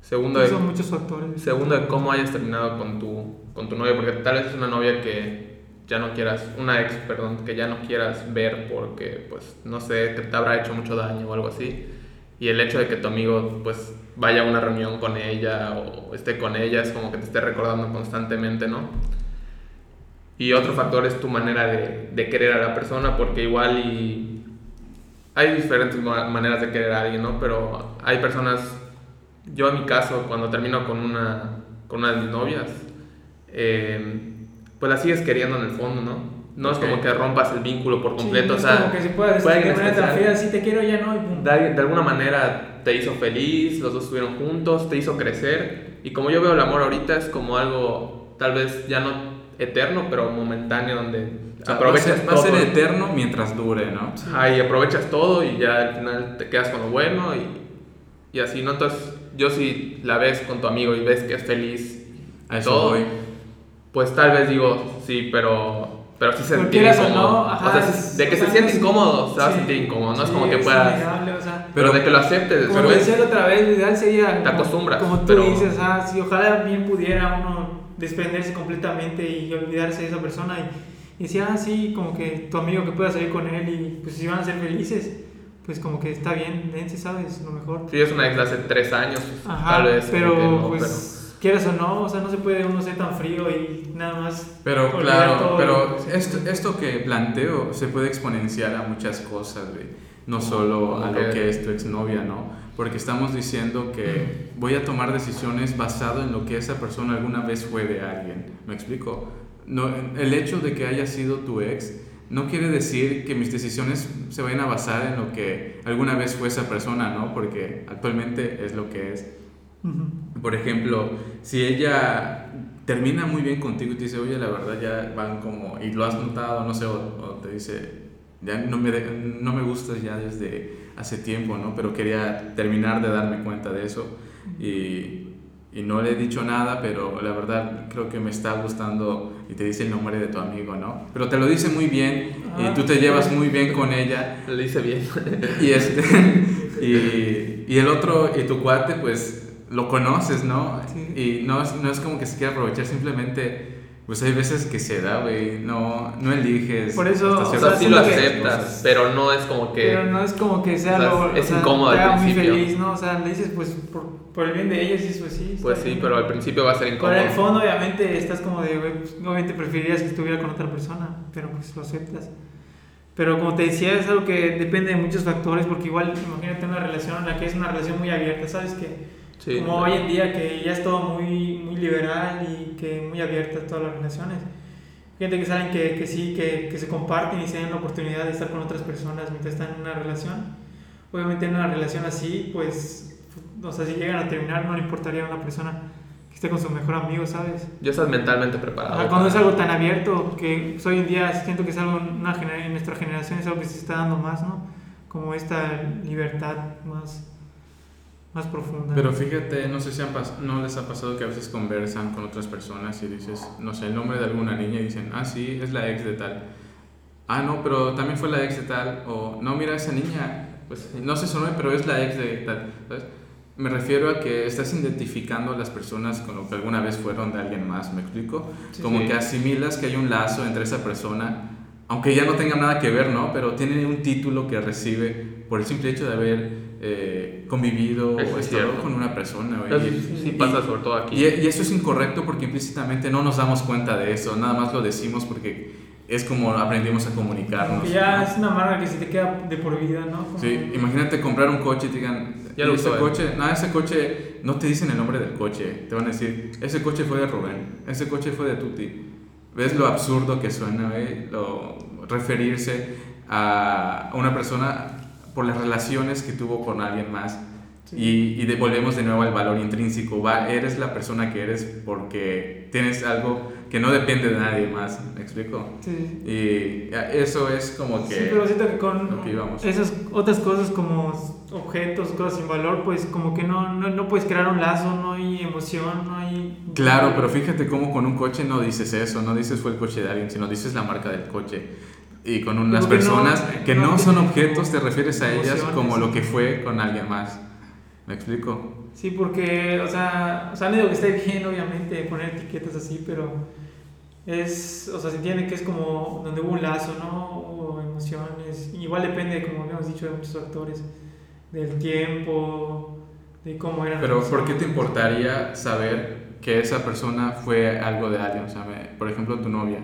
Segundo, de, Son muchos factores. segundo de cómo hayas terminado con tu, con tu novia, porque tal vez es una novia que ya no quieras, una ex, perdón, que ya no quieras ver porque, pues, no sé, te, te habrá hecho mucho daño o algo así. Y el hecho de que tu amigo, pues, vaya a una reunión con ella o esté con ella, es como que te esté recordando constantemente, ¿no? Y otro factor es tu manera de, de querer a la persona, porque igual y hay diferentes ma- maneras de querer a alguien, ¿no? Pero hay personas, yo en mi caso, cuando termino con una, con una de mis novias, eh, pues la sigues queriendo en el fondo, ¿no? No Ok. es como que rompas el vínculo por Sí, completo, es o sea, como que si puedes pueden decir de manera expresar- tan fea, sí te quiero, ya no, y pum. de, de alguna manera te hizo feliz, los dos estuvieron juntos, te hizo crecer. Y como yo veo el amor ahorita es como algo tal vez ya no eterno, pero momentáneo donde O sea, va a aprovechas ser, va a ser todo. eterno mientras dure, ¿no? Ajá, y aprovechas todo y ya al final te quedas con lo bueno y, y así, ¿no? Entonces yo si la ves con tu amigo y ves que es feliz, A eso Todo. voy. pues tal vez digo, sí, pero... Pero sí se Pero sentir quieras o incómodo. no, ajá, O sea, es- de que o se sea, siente no es- incómodo, se va a Sí. sentir incómodo. No es Sí, como que es puedas... innegable, o sea, Pero de que lo aceptes. como pero- decía la otra vez, lo ideal sería. Te como- acostumbras, Como tú pero- dices, ah, si ojalá bien pudiera uno desprenderse completamente y olvidarse de esa persona y, y decir, ah, sí, como que tu amigo que pueda salir con él y pues si van a ser felices, pues como que está bien, dense, ¿sabes? Lo mejor. Si es una ex de hace tres años, Ajá, tal vez. pero como que no, pues. Quieras o no, o sea, no se puede uno ser tan frío y nada más. Pero olvidar claro, todo. pero Sí. esto, esto que planteo se puede exponenciar a muchas cosas, güey. No solo a Ok. lo que es tu exnovia, ¿no? Porque estamos diciendo que voy a tomar decisiones basado en lo que esa persona alguna vez fue de alguien. ¿Me explico? No, el hecho de que haya sido tu ex no quiere decir que mis decisiones se vayan a basar en lo que alguna vez fue esa persona, ¿no? Porque actualmente es lo que es. Ujú. Por ejemplo, si ella termina muy bien contigo y te dice, oye, la verdad ya van como, y lo has notado, no sé, o, o te dice, ya no me, de- no me gustas ya desde hace tiempo, ¿no? Pero quería terminar de darme cuenta de eso y y no le he dicho nada, pero la verdad creo que me está gustando y te dice el nombre de tu amigo, ¿no? Pero te lo dice muy bien y tú te llevas muy bien con ella Le hice bien. y este y, y el otro y tu cuate pues lo conoces, ¿no? Sí. Y no es, no es como que se quiera aprovechar, simplemente pues hay veces que se da, güey, no no eliges. Por eso, hasta o cierto sea, sí siento lo punto. que- aceptas, pero no es como que... Pero no es como que sea O sea, lo. es o sea, incómodo te al haga muy principio. feliz, ¿no? O sea, le dices, pues, por, por el bien de ellos, dices, pues sí. está Pues sí, bien. pero al principio va a ser Pero en el incómodo. fondo, obviamente, estás como de, güey, pues, obviamente preferirías que estuviera con otra persona, pero pues lo aceptas. Pero como te decía, es algo que depende de muchos factores, porque igual, imagínate una relación en la que es una relación muy abierta, ¿sabes? Que Sí. como hoy en día, que ya es todo muy, muy liberal y que muy abierta a todas las relaciones. Gente que saben que, que sí, que, que se comparten y se dan la oportunidad de estar con otras personas mientras están en una relación. Obviamente en una relación así, pues, o sea, si llegan a terminar, no le importaría a una persona que esté con su mejor amigo, ¿sabes? Ya estás mentalmente preparado. Ajá, cuando es algo tan abierto, que pues, hoy en día siento que es algo, una genera- en nuestra generación es algo que se está dando más, ¿no? Como esta libertad más, más profunda. Pero fíjate, no sé si han pas- no les ha pasado que a veces conversan con otras personas y dices, no sé, el nombre de alguna niña y dicen, ah, sí, es la ex de tal. Ah, no, pero también fue la ex de tal. O, no, mira, esa niña, pues no sé su nombre, pero es la ex de tal. ¿sabes? Me refiero a que estás identificando a las personas con lo que alguna vez fueron de alguien más, ¿me explico? Sí, Como sí. que asimilas que hay un lazo entre esa persona, aunque ya no tenga nada que ver, ¿no? Pero tiene un título que recibe por el simple hecho de haber eh, convivido Eso o es estado cierto. con una persona, güey. Eso Y- sí pasa sobre todo aquí. y, y eso es incorrecto porque implícitamente no nos damos cuenta de eso, nada más lo decimos porque es como aprendimos a Como comunicarnos. que ya ¿no? es una marca que se te queda de por vida, ¿no? Como- Sí, imagínate comprar un coche y te digan, Ya "Y lo ese usó él". coche, no, ese coche, no te dicen el nombre del coche, te van a decir, ese coche fue de Rubén, ese coche fue de Tuti. ¿Ves lo absurdo que suena, eh? Lo, referirse a una persona por las relaciones que tuvo con alguien más? Sí. Y, y de- volvemos de nuevo al valor intrínseco. Va, eres la persona que eres porque tienes algo que no depende de nadie más. ¿Me explico? Sí, sí. Y a- eso es como que. Sí, pero siento que con Ok, vamos. esas otras cosas como objetos, cosas sin valor, pues como que no, no, no puedes crear un lazo, no hay emoción, no hay... Claro, pero fíjate cómo con un coche no dices eso, no dices fue el coche de alguien, sino dices la marca del coche. Y con unas Como que no- personas que no no, son tienen objetos te refieres a ellas emociones. como lo que fue con alguien más. ¿Me explico? Sí, porque, o sea, o sea, no digo que esté bien, obviamente, poner etiquetas así, pero es, o sea, se entiende que es como donde hubo un lazo, ¿no? Hubo emociones, igual depende, como habíamos dicho, de muchos factores, del tiempo, de cómo era. Pero ¿por qué te importaría saber que esa persona fue algo de alguien? O sea, me- por ejemplo, tu novia,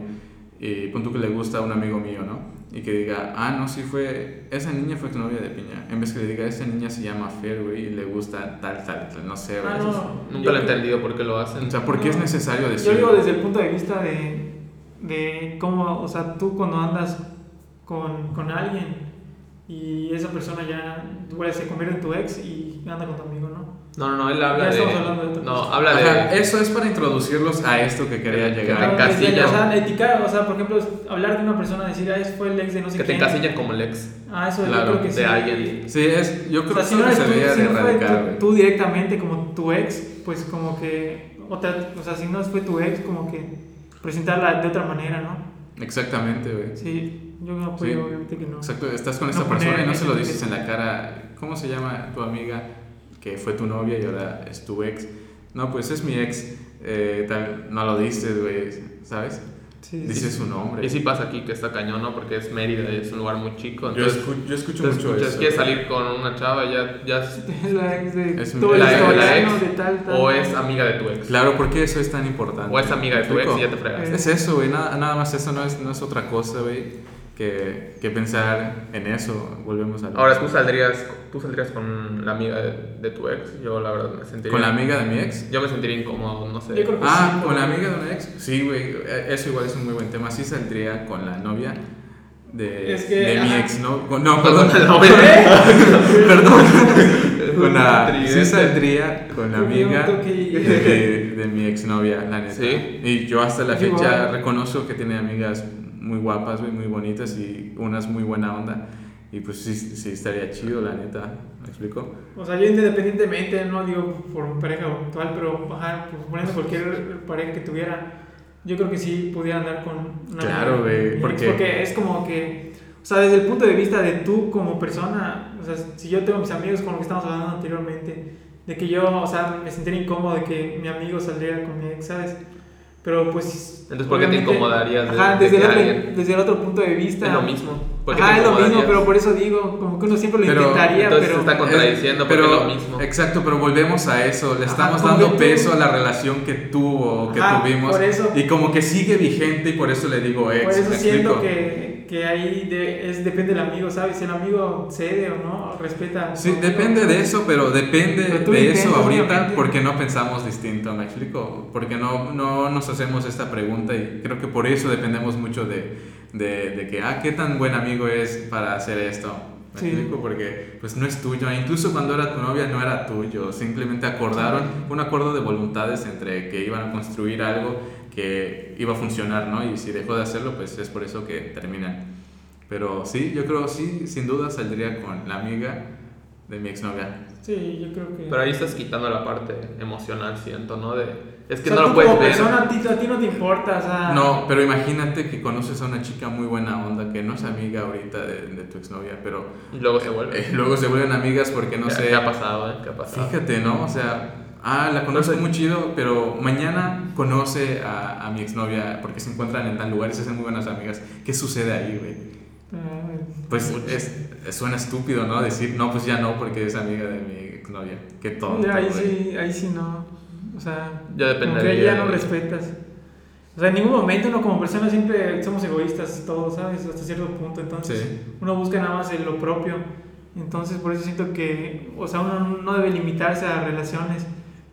y pon tú que le gusta a un amigo mío, ¿no? Y que diga, ah, no, sí fue, esa niña fue tu novia de piña. En vez que le diga, esa niña se llama Fer, güey, y le gusta tal, tal, tal, no sé, güey. Ah, no. Yo Nunca lo he creo- entendido por qué lo hacen. O sea, ¿por qué es necesario Yo decirlo? digo desde el punto de vista de, de cómo, o sea, tú cuando andas con, con alguien y esa persona ya igual se convierte en tu ex y anda con tu amigo, ¿no? No, no, no, él habla Ya de... estamos hablando de otra no, cosa. habla Ajá, de... eso es para introducirlos a esto que quería Te llegar. Ajá. encasillan. O sea, etiquetar, o sea, por ejemplo, hablar de una persona, decir, ah, ese fue el ex de no sé que te quién. encasillan como el ex. Ah, eso Claro, yo creo que de sí. alguien. Sí, es, yo O creo sea, que si eso no que se eres tú, debería si de no fue erradicar, tú, güey. tú directamente como tu ex, pues como que, o, te- o sea, si no fue tu ex, como que presentarla de otra manera, ¿no? Exactamente, güey. Sí, yo no Sí. apoyo, obviamente que no. Exacto, estás con No esa poner persona y no ese se lo límite. dices en la cara. ¿Cómo se llama tu amiga que fue tu novia y ahora es tu ex? No, pues es mi ex. eh, tal, no lo dices, güey, ¿sabes? Sí, sí, Dices su nombre. Y sí pasa aquí que está cañón, ¿no? Porque es Mérida y es un lugar muy chico. yo, Entonces, escu- yo escucho te mucho escuchas, eso. quieres salir con una chava y ya, ya es- la ex de Es todo el la, ex de la historiano ex de tal, tal. o es amiga de tu ex. Claro, porque eso es tan importante. O es amiga de tu ex ¿Me y ya te explico? fregas. Es eso, güey, nada, nada más eso, no es, no es otra cosa, güey, que, que pensar en eso. Volvemos a Ahora tú saldrías, tú saldrías con la amiga de, de tu ex. Yo la verdad me sentiría... ¿Con la amiga de mi ex? Yo me sentiría incómodo, no sé. Yo creo que Ah, sí, ¿con la pero- amiga de una ex? Sí, güey, e- eso igual es un muy buen tema. Sí saldría con la novia de, Es que, de mi ajá. ex, ¿no? Con- no, Perdón, perdón, la novia. perdón. con la, Tridente. sí saldría con la Porque yo amiga creo de, que- de mi exnovia, la neta. Sí. Y yo hasta la Yo fecha igual. reconozco que tiene amigas muy guapas, güey, muy bonitas y unas muy buena onda. Y pues sí, sí estaría chido, la neta. ¿Me explico? O sea, yo independientemente, no digo por pareja actual, pero ajá, pues, poniendo cualquier pareja que tuviera, yo creo que sí pudiera andar con una Claro, güey, mujer. porque- Porque es como que, o sea, desde el punto de vista de tú como persona, o sea, si yo tengo mis amigos con lo que estamos hablando anteriormente, de que yo, o sea, me sentiría incómodo de que mi amigo saliera con mi ex, ¿sabes? Pero pues... Entonces, ¿por qué te obviamente- incomodarías de- Ajá, de desde, que el otro, alguien- desde el otro punto de vista. Es lo mismo. ¿Por qué Ajá, te Ah, es lo mismo, incomodarías? pero por eso digo, como que uno siempre lo Pero, intentaría, entonces pero... está contradiciendo, porque es lo mismo. Exacto, pero volvemos a eso. Le Ajá, estamos como dando que tú- peso a la relación que tuvo, que Ajá, tuvimos. por eso. Y como que sigue vigente y por eso le digo ex. Por eso ¿me siento explico? que, que ahí de- es, depende del amigo, ¿sabes? Si el amigo cede o no, respeta. Sí, depende de eso, pero depende Pero tú de eso intentas, ahorita obviamente. porque no pensamos distinto, ¿me explico? Porque no, no nos hacemos esta pregunta y creo que por eso dependemos mucho de, de, de que, ah, qué tan buen amigo es para hacer esto. ¿Me Sí. explico? Porque pues no es tuyo, incluso cuando era tu novia no era tuyo, simplemente acordaron fue un acuerdo de voluntades entre que iban a construir algo que iba a funcionar, ¿no? Y si dejó de hacerlo, pues es por eso que terminan. Pero sí, yo creo, sí, sin duda saldría con la amiga de mi exnovia. Sí, yo creo que... Pero ahí estás quitando la parte emocional, siento, ¿no? De, es O que sea, no tú lo puedes como ver. persona, a ti, a ti no te importa, o sea... No, pero imagínate que conoces a una chica muy buena onda que no es amiga ahorita de, de tu exnovia, pero Y luego se vuelve. eh, luego se vuelven amigas porque no Ya- sé. ¿Qué ha pasado, eh? ¿Qué ha pasado? Fíjate, ¿no? O sea, ah, la conozco muy chido, pero mañana conoce a, a mi exnovia porque se encuentran en tal lugar y se hacen muy buenas amigas. ¿Qué sucede ahí, güey? Ay, Pues es, suena estúpido, ¿no? Decir, no, pues ya no, porque es amiga de mi exnovia. Qué tonto, ya, ahí, güey. sí, ahí sí no. O sea... Ya como dependería que ya no de- respetas. O sea, en ningún momento uno como persona siempre somos egoístas todos, ¿sabes? Hasta cierto punto, entonces... Sí. uno busca nada más en lo propio. Entonces, por eso siento que, o sea, uno no debe limitarse a relaciones.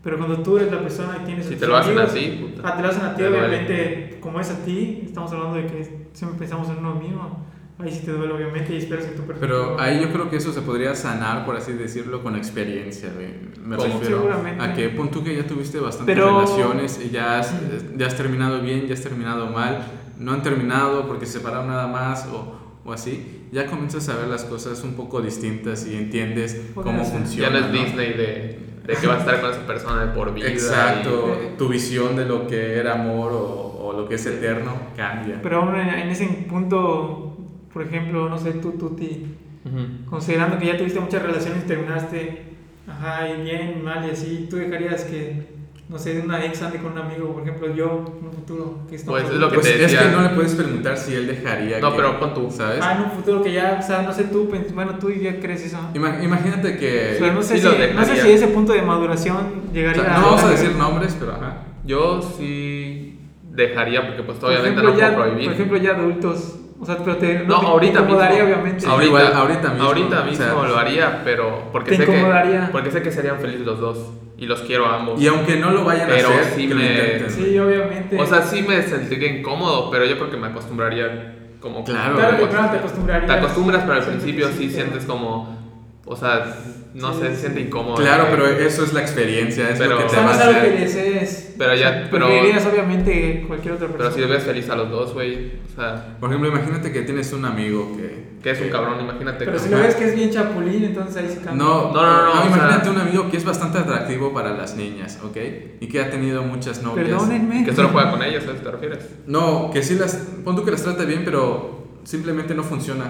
Pero cuando tú eres la persona y tienes. Si a te tus lo hacen amigos, así, puta. ah, te lo hacen a ti, Te duele. obviamente, como es a ti, estamos hablando de que siempre pensamos en uno mismo. Ahí sí te duele, obviamente, y esperas que tu persona. Pero ahí yo creo que eso se podría sanar, por así decirlo, con experiencia, güey. Me ¿Cómo? refiero Seguramente. a que pon tú que ya tuviste bastantes Pero- relaciones y ya has, ya has terminado bien, ya has terminado mal, no han terminado porque se separaron nada más o, o así. Ya comienzas a ver las cosas un poco distintas y entiendes Podría cómo ser. Ya no funciona. es Disney de, de que va a estar con esa persona de por vida. Exacto, y- tu visión de lo que era amor o, o lo que es eterno cambia. Pero aún en, en ese punto, por ejemplo, no sé, tú, Tuti, y- Ujú. considerando que ya tuviste muchas relaciones y terminaste, ajá, y bien, mal y así, ¿tú dejarías que, no sé, una ex ande con un amigo, por ejemplo, yo, en un futuro? Que estamos Pues, es hablando? lo que Pues te es que decía. no le puedes preguntar si él dejaría. No, que- pero pon tú. ¿Sabes? Ah, en un futuro que ya, o sea, no sé tú, pens- bueno, tú ya crees eso. Ima- imagínate que. Pero no sé, sí si, lo no sé dejaría. si ese punto de maduración O llegaría sea, no vamos a decir nombres, pero ajá. Yo sí dejaría, porque pues Por obviamente ejemplo, no ya, puedo prohibir. Por ejemplo, ya adultos. O sea, pero te, no, te ahorita mismo. incomodaría, obviamente. Ahorita, Igual, ahorita mismo, Ahorita o mismo sea, lo haría, pero porque te sé que incomodaría. porque sé que serían felices los dos y los quiero a ambos. Y aunque no lo vayan Pero a hacer, sí que lo me- intenten. Sí, obviamente. O sea, sí me sentiría incómodo, pero yo creo que me acostumbraría como Claro. Tarde o como- temprano te acostumbrarías. te acostumbras, pero al Siento que principio sí te- sientes como o sea, no Sí, sé, se sí. siente incómodo. Claro, Eh, pero eso es la experiencia, es Pero- lo que O te sea, va no a es algo que hacer. desees. Pero ya- O sea, pero- preferirías, obviamente, cualquier otra persona. pero si ves feliz a los dos, güey, o sea, Por ejemplo, imagínate que tienes un amigo que. que es un cabrón, imagínate. Pero si como- lo ves que es bien chapulín, entonces ahí sí cambia. No, No, no, no, o imagínate sea- un amigo que es bastante atractivo para las niñas, ¿ok? Y que ha tenido muchas novias. Perdónenme. que solo juega con ellos, ¿a eso te refieres? No, que sí las. Pon tú que las trata bien, pero simplemente no funciona.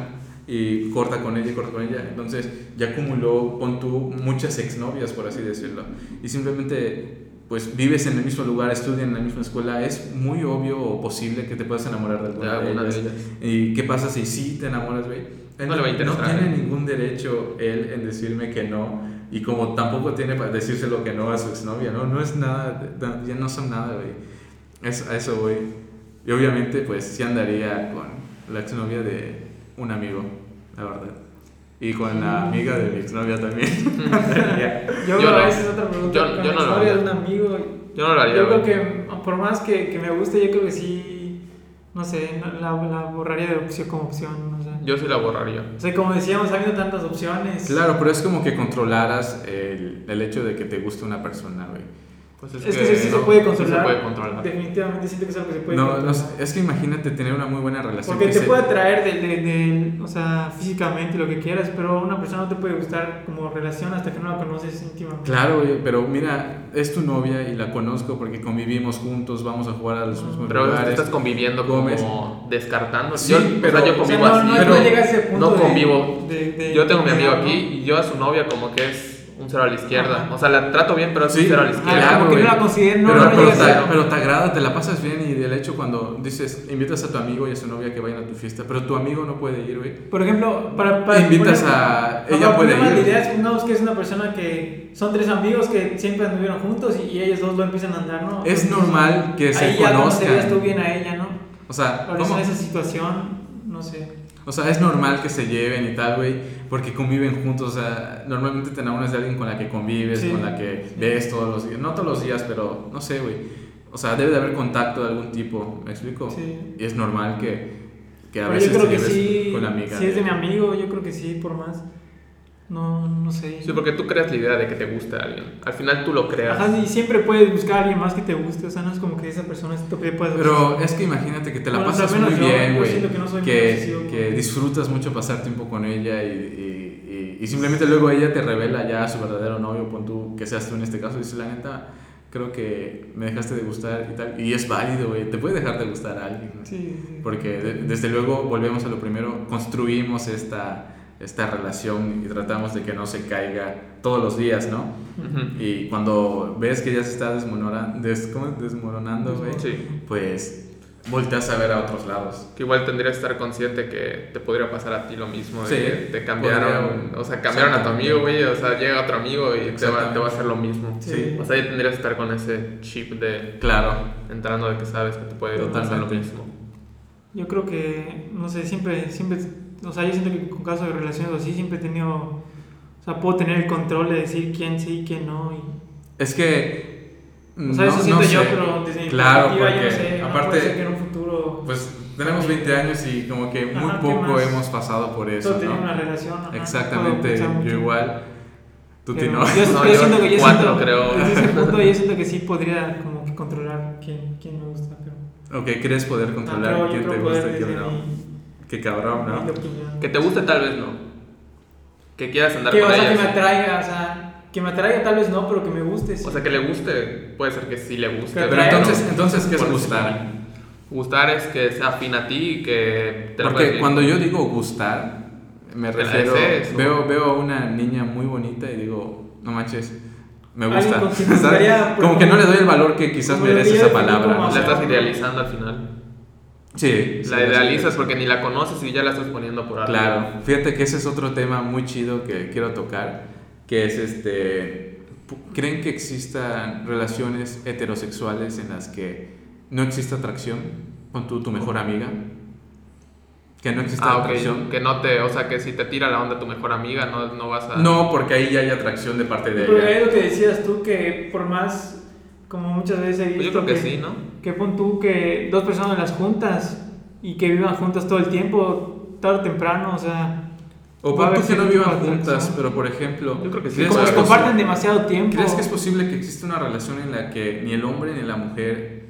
Y corta con ella y corta con ella. Entonces ya acumuló, pon tú, muchas exnovias, por así decirlo. Y simplemente, pues vives en el mismo lugar, estudias en la misma escuela. Es muy obvio o posible que te puedas enamorar de De alguna de alguna de ellas. ellas. ¿Y qué pasa si sí te enamoras, güey? Él No le va a interesar, tiene ¿eh? ningún derecho él en decirme que no. Y como tampoco tiene para decirse lo que no a su exnovia, ¿no? No es nada, ya no son nada, güey. Es, a eso voy. Y obviamente, pues sí andaría con la exnovia de un amigo, la verdad. Y con la amiga de mi exnovia también. Andaría. Yo, Yo no. esa es otra pregunta. Yo- con yo la no lo historia haría. de un amigo. Yo no lo haría. Yo creo güey. que, por más que, que me guste, yo creo que sí, no sé, no- la, la borraría de opción como opción, no sé. Yo sí la borraría. O sea, como decíamos, ha habido tantas opciones. claro, pero es como que controlaras el, el hecho de que te guste una persona, güey. Pues Es que sí, sí se no- puede no se controlar. puede controlar. Definitivamente siento que es algo que se puede No, controlar. no, es que imagínate tener una muy buena relación. Pues Porque que te se- puede atraer de, de- de- o sea, físicamente lo que quieras, pero una persona no te puede gustar como relación hasta que no la conoces íntimamente. Claro, güey, pero mira, es tu novia y la conozco porque convivimos juntos, vamos a jugar a los mismos Pero lugares. estás conviviendo comes. como descartando. Sí, yo, pero- pero yo O sea, convivo no, así. no, pero no llega a ese punto. no de- convivo. de- de- Yo tengo a mi de- amigo ¿no? aquí y yo a su novia como que es un cero a la izquierda. O sea, la trato bien, pero es Sí, un cero a la Ah, izquierda. Claro, como que güey. no la considero, no, pero, no, pero llegas te, a- pero te agrada, te la pasas bien y del hecho cuando dices, invitas a tu amigo y a su novia que vayan a tu fiesta, pero tu amigo no puede ir, güey. Por ejemplo, para. para E Invitas poner- a- para ella puede poner más ir. la idea, supongamos que es una persona que. Son tres amigos que siempre anduvieron juntos y, y ellos dos lo empiezan a andar, ¿no? Es Entonces, normal que se ahí ya conocerías tú conozcan. bien a ella, ¿no? O sea, Ahora ¿cómo? en esa situación, no sé. O sea, es normal que se lleven y tal, güey, porque conviven juntos. O sea, normalmente te enamoras de alguien con la que convives, Sí. con la que ves todos los días. No todos los días, pero no sé, güey. O sea, debe de haber contacto de algún tipo, ¿me explico? Sí. Y es normal que, que a Pero veces yo creo te que lleves sí. con la amiga. Si es de mi amigo, yo creo que sí, por más. No, no sé. Sí, porque tú creas la idea de que te gusta a alguien. Al final tú lo creas. Ajá, y siempre puedes buscar a alguien más que te guste. O sea, no es como que esa persona es- te puede Pero es que imagínate que te la Bueno, o sea, pasas al menos muy yo- bien, yo güey. siento que no soy muy que, obsesivo con- que disfrutas mucho pasar tiempo con ella y, y- y- y simplemente luego ella te revela ya a su verdadero novio, pon tú, que seas tú en este caso, y dices, la neta, creo que me dejaste de gustar y tal. Y es válido, güey. Te puede dejar de gustar a alguien. güey. Sí, sí, sí. Porque de- desde luego volvemos a lo primero, construimos esta, esta relación y tratamos de que no se caiga todos los días, ¿no? Ujú. Y cuando ves que ya se está desmoronando, des, ¿cómo? desmoronando, güey Sí. pues volteas a ver a otros lados. Que igual tendrías que estar consciente que te podría pasar a ti lo mismo. de Sí, que te cambiaron. podría. o sea, cambiaron a tu amigo, güey. O sea, llega otro amigo y te va, Exactamente. te va a hacer lo mismo. Sí. O sea, ya tendrías que estar con ese chip de Claro. entrando de que sabes que te puede pasar lo Totalmente. mismo. Yo creo que, no sé, siempre, siempre, o sea, yo siento que con casos de relaciones así siempre he tenido, o sea, puedo tener el control de decir quién sí, quién no. Y, Es que. o sea, eso siento yo, sé. pero desde mi Claro, perspectiva, yo porque no sé, no aparte- puede ser que en un futuro Pues tenemos 20 años y como que muy Ajá, ¿qué poco más? hemos pasado por eso, solo tener una ¿no? relación. ajá, puedo Exactamente, pensar mucho. yo igual. Tú Pero Tino. Yo, No, yo yo siento que yo cuatro, siento, creo. desde ese punto yo siento que sí podría como que controlar quién, quién me gusta, pero... Ok, ¿crees poder controlar pero Ah, yo quién creo te poder gusta y desde quién no? mi- Qué cabrón, mi ¿no? opinión. Que te guste, tal vez no. Que quieras andar Que, o con sea, que ella. me atraiga, o sea, que me atraiga tal vez no, pero que me guste. sí. O sea, que le guste. Puede ser que sí le guste. Pero Pero Claro. entonces, entonces ¿qué es Por eso. gustar? Gustar es que sea afín a ti y que te Porque refleje. cuando yo digo gustar, me Te la refiero. desees, ¿no? Veo, veo a una niña muy bonita y digo, no manches, me Alguien gusta. con quien me ¿Sabes? gustaría, como pero- que no le doy el valor que quizás como lo merece diría esa definir palabra. como- La estás idealizando al final. Sí, sí, La idealizas porque ni la conoces y ya la estás poniendo por Ah, arriba. Claro, fíjate que ese es otro tema muy chido que quiero tocar, que es este, pu- ¿creen que existan relaciones heterosexuales en las que no exista atracción con tu, tu mejor amiga? Que no exista Ah, ok. atracción. Que no te, o sea, que si te tira la onda tu mejor amiga, no, no vas a. No, porque ahí ya hay atracción de parte de Pero ella. es lo que decías tú, que por más, como muchas veces he Pues visto yo creo que sí, ¿no? Que pon tú que dos personas las juntas y que vivan juntas todo el tiempo, tarde o temprano, o sea... O va a pon tú haber que no cierto vivan tipo de juntas, atracción. pero por ejemplo, Yo creo que sí. ¿crees Como eso que es- comparten demasiado tiempo. ¿Crees que es posible que exista una relación en la que ni el hombre ni la mujer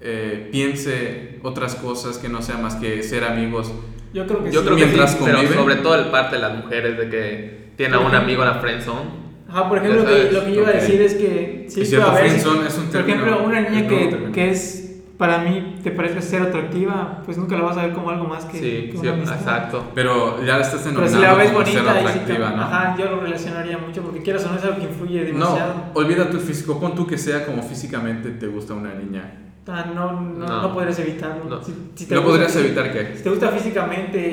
eh, piense otras cosas que no sea más que ser amigos? Yo creo que Yo sí. creo que Mientras sí, conviven. pero sobre todo el parte de las mujeres de que tiene a un amigo en la friendzone. Ajá, por ejemplo, Ya lo que- sabes, lo que yo iba a ok. decir es que... Sí, Es cierto, puede haber- friendzone es un Por término- ejemplo, una es niña nuevo que, término. que es, para mí, te parece ser atractiva, pues nunca la vas a ver como algo más que, Sí, que sí, una amistad. exacto. Pero ya la estás Pero denominando si la ves como ser bonita, y si atractiva, ¿no? Ajá, yo lo relacionaría mucho porque quieras o no es algo que influye No, demasiado. olvida tu físico, pon tú que sea como físicamente te gusta una niña. Ah, no, no, No. no podrías evitarlo. No. no gusta- podrías evitar que... Si te gusta físicamente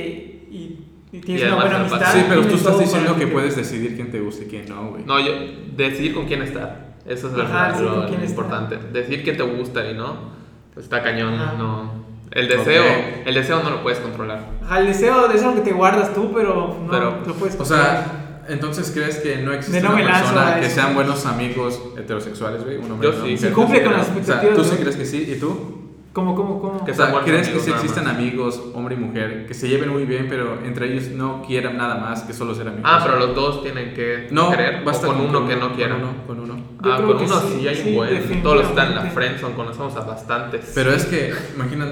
y, y tienes Y una además buena te amistad. pasa. Sí, pero tú tienes estás todo diciendo para que te- puedes decidir quién te gusta y quién no, güey. No, yo, decidir con quién estar. Eso es lo, Ajá, lo- sí, con lo quién estar. importante. Decir quién te gusta y no. pues está cañón, Ajá. no. El deseo, Ok. el deseo no lo puedes controlar. Ajá, el deseo de eso que te guardas tú, pero no Pero, lo puedes O sea, entonces crees que no existe De no me una lanzo persona a que eso. sean buenos amigos heterosexuales, güey, un hombre Yo y una sí. mujer? Si cumple con las O sea, expectativas. tú sí ¿no? crees que sí y tú? ¿Cómo, cómo, cómo? Que O sea, sean buenos ¿crees que amigos si nada existen más? amigos, hombre y mujer, que se lleven muy bien, pero entre ellos no quieran nada más que solo ser amigos? Ah, pero los dos tienen que no, querer. basta o con uno que con no quiera. uno, con uno. Yo Ah, creo con que uno sí, sí, hay sí, un buen. Todos los que están en la definitivamente. friendzone, conocemos a bastantes. Pero es que, imagina,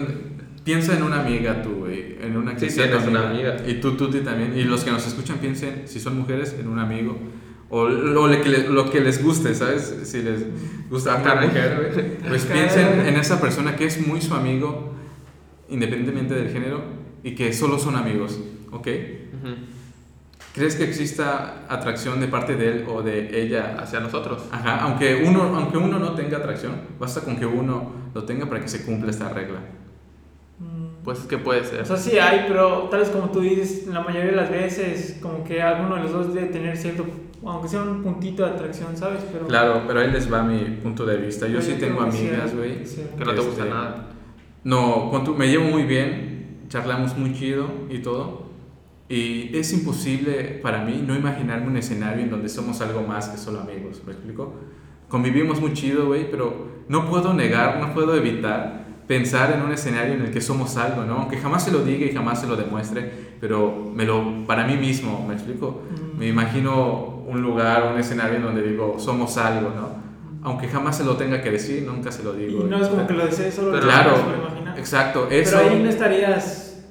piensa en una amiga tú, güey, en una que Sí, sea tu tienes una amiga. Y tú, tú te también. Y los que nos escuchan piensen, si son mujeres, en un amigo. O lo, le- que, le- lo que les guste, ¿sabes? Si les gusta Una una mujer, mujer, güey. Pues piensen en esa persona que es muy su amigo, independientemente del género, y que solo son amigos, ¿ok? Ujú. ¿Crees que exista atracción de parte de él o de ella Hacia nosotros. Ajá, aunque uno, aunque uno no tenga atracción, basta con que uno lo tenga para que se cumpla esta regla. Mm. Pues es que puede ser. O sea, sí hay, pero tal vez como tú dices, la mayoría de las veces, como que alguno de los dos debe tener cierto, aunque sea un puntito de atracción, ¿sabes? Pero, Claro, pero ahí les va mi punto de vista. Yo Oye, sí yo tengo creo que sí, amigas, eh. güey. Sí. que no te gusta este, nada. No, con tu- me llevo muy bien, charlamos muy chido y todo. Y es imposible para mí no imaginarme un escenario en donde somos algo más que solo amigos, ¿me explico? Convivimos muy chido, güey, pero no puedo negar, no puedo evitar pensar en un escenario en el que somos algo, ¿no? Aunque jamás se lo diga y jamás se lo demuestre, pero me lo, para mí mismo, ¿me explico? Mm. Me imagino un lugar, un escenario en donde digo, somos algo, ¿no? Aunque jamás se lo tenga que decir, nunca se lo y digo. no es como que lo desees, solo Pero lo claro, puedes imaginar. exacto, eso... Pero ahí no estarías,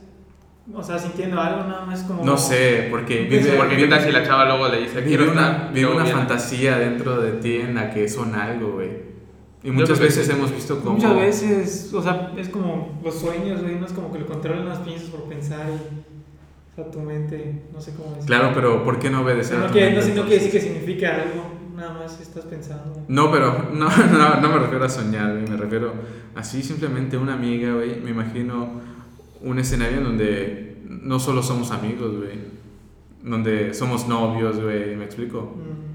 o sea, sintiendo algo, nada más como... No sé, porque vive, Porque qué vive- tal si la chava luego le dice, vive quiero una, estar, vive luego una viene. fantasía dentro de ti en la que son algo, güey. Y Yo muchas creo que veces sí. hemos visto como... Muchas veces, o sea, es como los sueños, güey, no es como que lo controlan las piensas por pensar y, o sea, tu mente, no sé cómo decirlo. Claro, pero ¿por qué no obedecer Pero a tu no, quiere, no, mente, sé, no quiere entonces? decir que significa algo, nada más estás pensando. No, pero no, no, no me refiero a soñar, güey, me refiero así simplemente una amiga, güey. Me imagino un escenario en donde no solo somos amigos, güey. Donde somos novios, güey, me explico. Mm.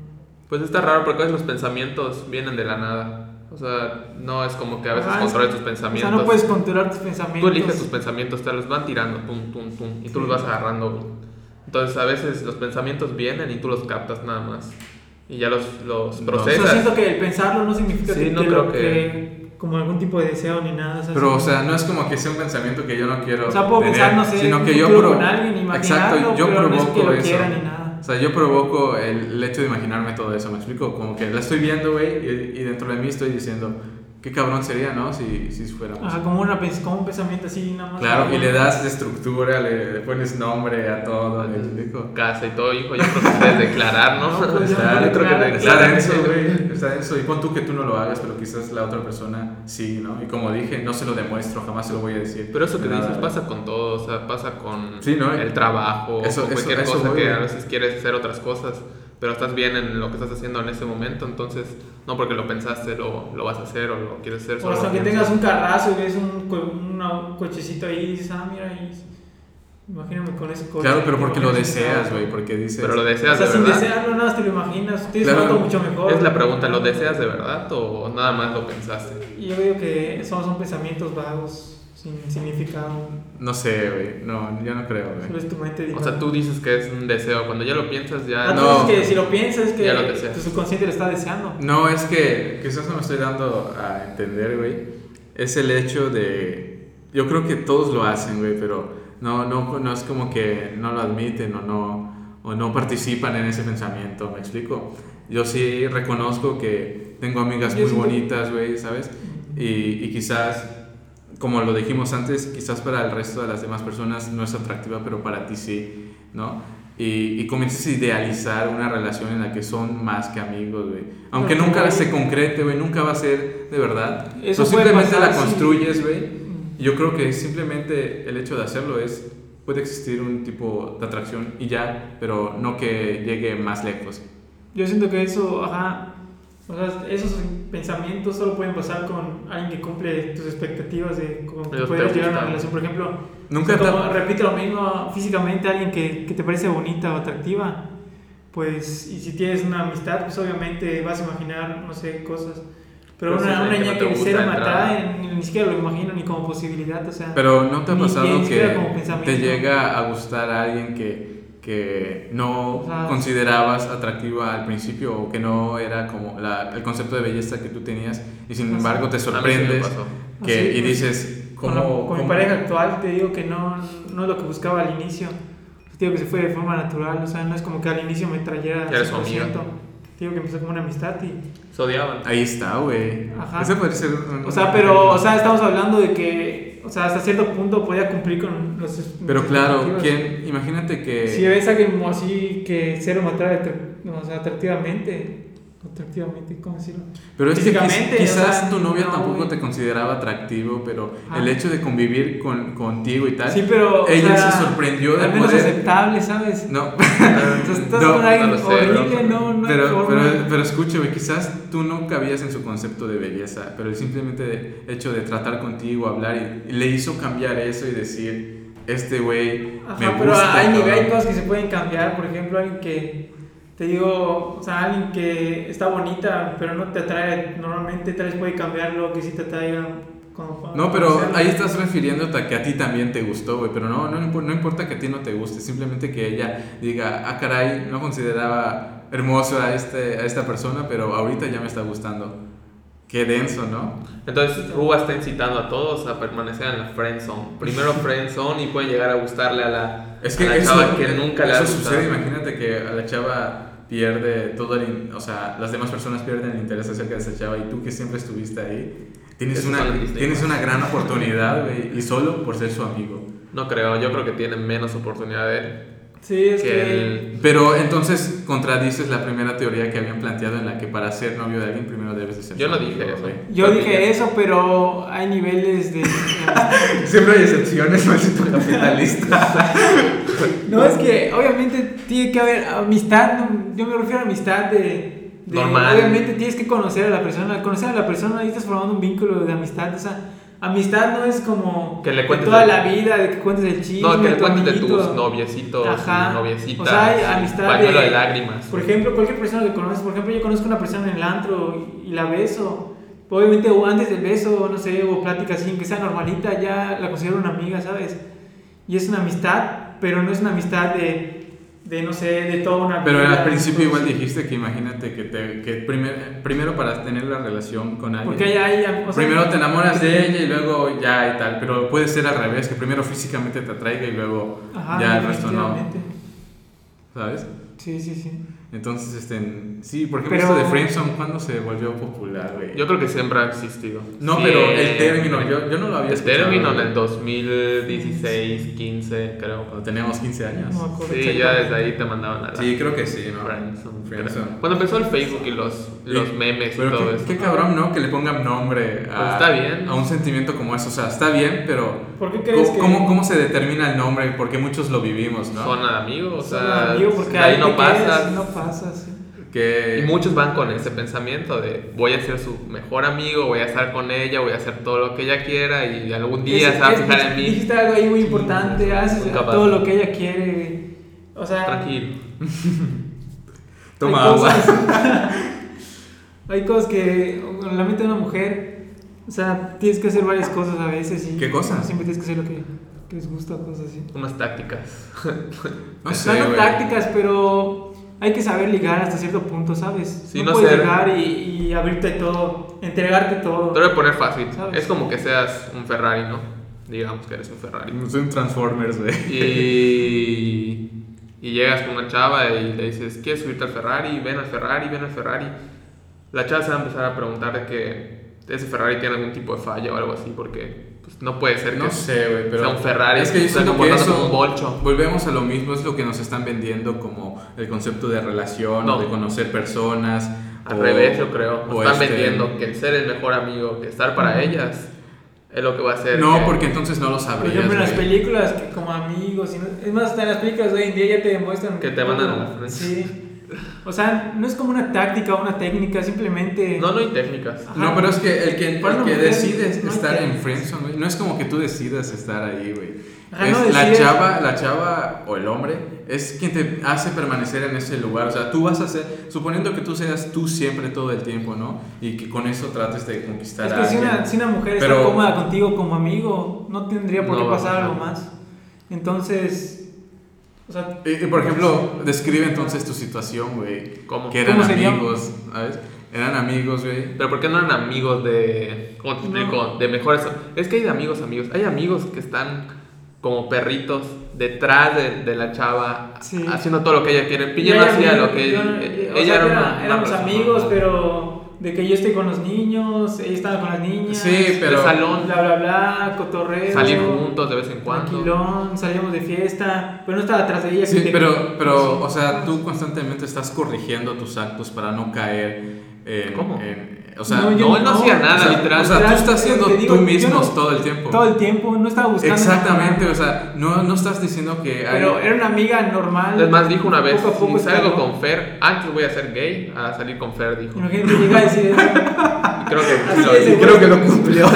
Pues está raro porque a veces los pensamientos vienen de la nada. O sea, no es como que a veces Ah, es- controles tus O pensamientos. sea, no puedes controlar tus pensamientos. Tú eliges tus pensamientos, te los van tirando, pum, pum, pum, y tú los vas agarrando. Entonces a veces los pensamientos vienen y tú los captas nada más. Y ya los, los No. O sea, procesas. siento que el pensarlo no significa Sí, que, no que creo lo- que- que como algún tipo de deseo ni nada. O sea, Pero, o sí. sea, no es como que sea un pensamiento que yo no quiero. O sea, puedo tener, pensar, no sé, sino un que yo futuro pro- con alguien, imaginarlo, Exacto, yo pero no es que provoco lo eso. quiera ni nada. O sea, yo provoco el, el hecho de imaginarme todo eso, ¿me explico? Como que la estoy viendo, güey, y, y dentro de mí estoy diciendo, qué cabrón sería, ¿no? Si, si fuéramos. Ajá, como, una, pens- como un pensamiento así, nada más. Claro, y le das estructura, le, le pones nombre a todo, ¿me explico? Casa y todo, hijo, yo creo que puedes declarar, ¿no? No, pues, Está- ya, yo creo que claro. Está declarar. denso, güey. Está denso. Y pon tú que tú no lo hagas, pero quizás la otra persona sí, ¿no? Y como dije, no se lo demuestro, jamás se lo voy a decir. Pero eso que Nada. dices pasa con todo, o sea, pasa con Sí, ¿no? el trabajo, Eso- con eso- cualquier eso cosa voy, que güey. a veces quieres hacer otras cosas, pero estás bien en lo que estás haciendo en ese momento, entonces no porque lo pensaste lo, lo vas a hacer o lo quieres hacer. O solo sea, que lo piensas. tengas un carrazo y ves un, co- una- cochecito ahí y dices, ah, mira, y, imagíname con ese coche. Claro, pero porque lo Imagínate deseas, nada. güey, porque dices... Pero lo O deseas sea, de sin verdad. desearlo, nada más te lo imaginas. Tienes Claro. un auto mucho mejor. Es la pregunta, ¿lo deseas de verdad o nada más lo pensaste? Y yo digo que son, son pensamientos vagos, sin significado. No sé, güey. No, yo no creo, Solo güey. es tu mente O sea, divagando. tú dices que es un deseo, cuando ya lo piensas ya Ah, tú no. dices que si lo piensas, es que Ya lo deseas. tu subconsciente lo está deseando. No, es que quizás no me estoy dando a entender, güey. Es el hecho de... Yo creo que todos lo hacen, güey, pero no, no, no es como que no lo admiten o no, o no participan en ese pensamiento, ¿me explico? Yo sí reconozco que tengo amigas Yo muy siento- bonitas, güey, ¿sabes? Y, y quizás, como lo dijimos antes, quizás para el resto de las demás personas no es atractiva, pero para ti sí, ¿no? Y, y comienzas a idealizar una relación en la que son más que amigos, güey. Aunque Pero, nunca güey. se concrete, güey, nunca va a ser de verdad. Eso Tú puede simplemente pasar, la sí. construyes, güey. Yo creo que simplemente el hecho de hacerlo es, puede existir un tipo de atracción y ya, pero no que llegue más lejos. Yo siento que eso, ajá. O sea, esos pensamientos solo pueden pasar con alguien que cumple tus expectativas de cómo Ellos te puedes llegar a una gustan. relación. Por ejemplo, Nunca te- como repite lo mismo físicamente, alguien que, que te parece bonita o atractiva, pues, y si tienes una amistad, pues obviamente vas a imaginar, no sé, cosas. Pero Pero si una, una alguien que no niña te que gusta cero de entrada. matada, eh, ni, ni siquiera lo imagino ni como posibilidad, o sea. Pero ¿no te ha Ni- ni pasado siquiera como que te pensamiento. llega a gustar a alguien que que no O sea, considerabas atractiva al principio o que no era como la- el concepto de belleza que tú tenías y sin Así. embargo te sorprendes A mí sí me pasó. que, Así, y pues, dices, Con, ¿cómo, la- con mi cómo- pareja actual te digo que no, no es lo que buscaba al inicio. Te digo que se fue de forma natural, o sea, no es como que al inicio me trayera Ya eres su amiga. 100%. Te digo que empezó como una amistad y... Se odiaban. Ahí está, güey. Ajá. Ese podría ser un- O sea, pero, o sea, estamos hablando de que, o sea, hasta cierto punto podía cumplir con los... Pero claro, expectativas. ¿quién? Imagínate que... Si pues. ves a alguien como así que cero me atrae atr- no, o sea, atractivamente, atractivamente, ¿cómo decirlo? Pero es que quiz- Físicamente, quizás o sea, tu novia no, tampoco güey. te consideraba atractivo, pero Ajá. el hecho de convivir con, contigo y tal, Sí, pero. o ella sea, se sorprendió de Al menos poder... aceptable, ¿sabes? No, Entonces, estás No, con alguien no lo sé, horrible, pero- no, no hay pero, forma. pero, pero escúchame, quizás tú no cabías en su concepto de belleza, pero el simplemente hecho de tratar contigo, hablar, y, y le hizo cambiar eso y decir, este güey Ajá, me pero gusta. hay, nivel- hay cabrón". cosas que se pueden cambiar. Por ejemplo, alguien que. Te digo, o sea, alguien que está bonita, pero no te atrae. Normalmente tal vez puede cambiarlo, que sí te atraiga. como- No, pero conocerlo. ahí estás refiriéndote a que a ti también te gustó, güey. Pero no, no, impo- no importa que a ti no te guste, simplemente que ella diga, ah, caray, no consideraba hermoso a, este, a esta persona, pero ahorita ya me está gustando. Qué denso, ¿no? Entonces, Ruba está incitando a todos a permanecer en la friend zone. Primero friend zone y pueden llegar a gustarle a la, Es a que la eso, chava que nunca le ha eso gustado. sucede. Imagínate que a la chava pierde todo el. in- O sea, las demás personas pierden el interés acerca de esa chava y tú que siempre estuviste ahí. Tienes, Eso una, solo dijiste. tienes una gran oportunidad, güey, y solo por ser su amigo. No creo, yo creo que tiene menos oportunidad de él. Sí, es que que. él- Pero entonces contradices la primera teoría que habían planteado en la que para ser novio de alguien primero debes de ser. Yo su no amigo, dije eso. güey. Yo dije eso, pero hay niveles de. Siempre hay excepciones, maldito capitalista. No, es que obviamente tiene que haber amistad, no, yo me refiero a amistad de... de- Normal. Obviamente tienes que conocer a la persona, al conocer a la persona ahí estás formando un vínculo de amistad, o sea, amistad no es como... Que le de cuentes toda el- la vida, de que cuentes el chisme. No, que le tu cuentes de amiguito. tus noviecitos, Ajá. noviecitas. O sea, hay amistad Pañuelo de, de- lágrimas. Por ejemplo, cualquier persona que conoces, por ejemplo, yo conozco una persona en el antro y la beso. Obviamente, o antes del beso, no sé, o plática así, que sea normalita, ya la considero una amiga, ¿sabes? Y es una amistad, pero no es una amistad de, de no sé, de toda una Pero vida, al principio igual entonces- dijiste que imagínate que, te, que primer- primero para tener la relación con alguien. Porque hay, hay- o sea, primero te enamoras de ella y luego ya y tal. Pero puede ser al revés, que primero físicamente te atraiga y luego Ajá, ya el resto no. definitivamente. ¿Sabes? Sí, sí, sí. Entonces, este, sí, por ejemplo, Pero- esto de Friendzone, ¿cuándo se volvió popular, güey? Yo creo que siempre ha existido. No, pero el Siempre. término, yo, yo no lo había El escuchado. término en el 2016, 15, creo. Cuando teníamos 15 años. No me acuerdo Sí, ya exactamente. desde ahí te mandaban a la Sí, creo que sí, ¿no? friendzone, creo. Friendzone. Cuando empezó el Facebook y los, los Sí. memes y Pero todo qué, eso. qué cabrón, ¿no? Que le pongan nombre a, Pues está bien. a un sentimiento como eso. O sea, está bien, pero ¿Por qué crees ¿cómo, que.? cómo, cómo se determina el nombre? Porque muchos lo vivimos, ¿no? Son amigos, o Son sea, amigos, porque de ahí ahí no te quedas, pasas. No pasas, sí. Que... Y muchos van con ese pensamiento de voy a ser su mejor amigo, voy a estar con ella, voy a hacer todo lo que ella quiera y algún día Es- se va a es- fijar en mí. Dijiste algo ahí muy importante, haces nunca todo pasa. lo que ella quiere. O sea, Tranquilo. Toma hay agua. cosas- hay cosas que en la mente de una mujer, o sea, tienes que hacer varias cosas a veces y ¿Qué cosas? siempre tienes que hacer lo que, que les gusta, cosas así. Unas tácticas. No o sea, sé, no güey. tácticas, pero hay que saber ligar hasta cierto punto, ¿sabes? Sí, no, no puedes ser- llegar y, y abrirte todo, entregarte todo. Te lo voy a poner fácil. ¿Sabes? Es como que seas un Ferrari, ¿no? Digamos que eres un Ferrari. Soy un Transformers, güey. Y, y llegas con una chava y le dices, ¿quieres subirte al Ferrari? Ven al Ferrari, ven al Ferrari. La chava se va a empezar a preguntar de que ese Ferrari tiene algún tipo de falla o algo así, porque pues, no puede ser que No sé, güey, pero... sea un Ferrari. Es que yo está siento que comportando eso... como un bolcho. Volvemos a lo mismo, es lo que nos están vendiendo como el concepto de relación, No. o de conocer personas. Al o- revés, yo creo. o Están este- vendiendo que el ser el mejor amigo, que estar para ellas, es lo que va a ser. No, que- porque entonces no lo Por sabrías. ejemplo, en las güey. películas, que como amigos, y no- es más, hasta en las películas de hoy en día ya te demuestran Que te mandan a la frente. Sí. O sea, no es como una táctica o una técnica, simplemente. No, no hay técnicas. Ajá. No, pero es que el que, el Para una que mujer, decide no hay estar que- en friendzone, güey, no es como que tú decidas estar ahí, güey. Ajá, Es Ah, no la decides. chava, la chava o el hombre es quien te hace permanecer en ese lugar. O sea, tú vas a ser, suponiendo que tú seas tú siempre todo el tiempo, ¿no? Y que con eso trates de conquistar Es a que si una, alguien. si una mujer está Pero- cómoda contigo como amigo, no tendría por No qué va a pasar pasar. algo más. Entonces, o O sea, Y, y, por ejemplo, describe entonces tu situación, güey. ¿Cómo? Que eran ¿Cómo sería? amigos, ¿sabes? Eran amigos, güey. Pero ¿por qué no eran amigos de... ¿Cómo te No. explico? De mejores... Es que hay de amigos, amigos. Hay amigos que están como perritos detrás de, de la chava Sí. haciendo todo lo que ella quiere. yo Pilla no era hacía amigo, lo que... yo- eh, o ella sea, era una- era- una éramos persona. amigos, pero de que yo estoy con los niños, ella estaba con las niñas. Sí, pero- De salón, Bla, bla, bla, cotorreo. salir juntos de vez en cuando. Tranquilón, salíamos de fiesta, pero no estaba atrás de ella. Este, Sí, que- pero, pero, o sea, tú constantemente estás corrigiendo tus actos para no caer en... ¿Cómo? en- o sea, No, yo No, él no no, hacía o o nada, sea, literal. o sea, tú estás siendo Te digo, tú yo mismo no- todo el tiempo. Todo el tiempo, no estaba buscando. Exactamente, o sea, no, no estás diciendo que hay... Pero era una amiga normal. Es más, dijo una vez, Poco a poco si salgo escaló. con Fer, antes voy a ser gay, a salir con Fer, dijo. Imagínate, llega a decir eso. Y creo que Así lo es, hizo. güey. creo que lo cumplió.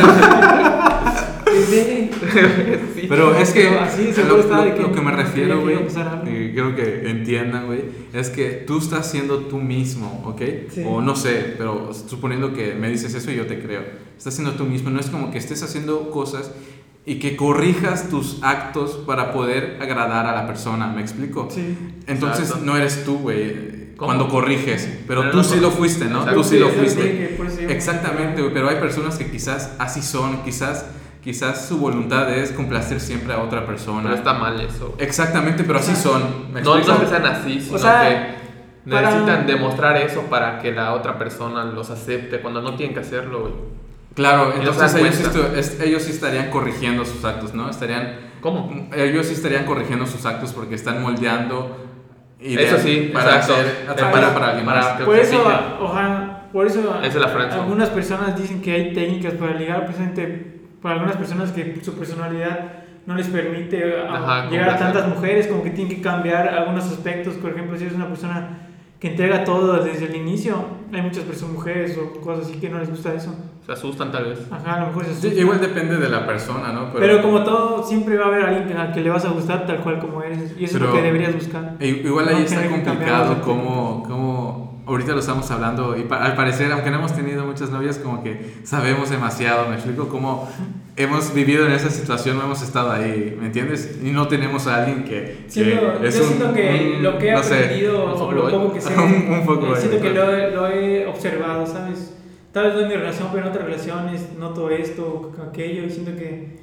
Sí. Sí. Pero es que Pero así, a lo, seguro estaba lo- de que lo que me no refiero, quería que güey, eh, iba a pasar algo. y creo que entiendan, güey, es que tú estás siendo tú mismo, ¿ok? Sí. O no sé, pero suponiendo que me dices eso y yo te creo. Estás siendo tú mismo, no es como que estés haciendo cosas y que corrijas tus actos para poder agradar a la persona, ¿me explico? Sí. Entonces Exacto. no eres tú, güey, ¿Cómo? cuando corriges, pero, Pero tú no sí cor- lo fuiste, ¿no? Exacto. Tú sí lo Sí, sí, fuiste. sí, que por eso yo- Exactamente, güey, pero hay personas que quizás así son, quizás, quizás su voluntad es complacer siempre a otra Pero persona. está mal eso. Exactamente, pero así son. ¿me No, no es explico? que sean así, sino sea, que para- necesitan demostrar eso para que la otra persona los acepte cuando no tienen que hacerlo, güey. Claro, Ellos se entonces dan ellos, sí cuenta. estu- es- ellos sí estarían corrigiendo sus actos, ¿no? Estarían, ¿Cómo? ellos sí estarían corrigiendo sus actos porque están moldeando ideas Eso sí, para exacto. hacer- Exacto. para, para alguien Para- más. Creo Por que eso, sí, ojalá, por eso Esa es la friendzone. algunas personas dicen que hay técnicas para ligar, presente para algunas personas que su personalidad no les permite a- Ajá, llegar a conversar. tantas mujeres, como que tienen que cambiar algunos aspectos, por ejemplo, si es una persona que entrega todo desde el inicio, hay muchas personas mujeres o cosas así que no les gusta eso. Se asustan tal vez. Ajá, a lo mejor se Sí, asustan. igual depende de la persona, ¿no? pero, como todo, siempre va a haber alguien que- al que le vas a gustar tal cual como eres, y eso es Pero- lo que deberías buscar. E- Igual ahí No, está tiene que complicado cambiar. como, como ahorita lo estamos hablando y pa- al parecer, aunque no hemos tenido muchas novias, como que sabemos demasiado, me explico, cómo hemos vivido en esa situación, no hemos estado ahí, ¿me entiendes? Y no tenemos a alguien que... que Siento- yo siento que un- lo que he no sé, aprendido un o lo fuckboy. poco que sé, Un- un fuckboy. eh, siento que lo, he- lo he observado, ¿sabes? Tal vez no en mi relación, pero en otras relaciones noto esto, aquello, y siento que,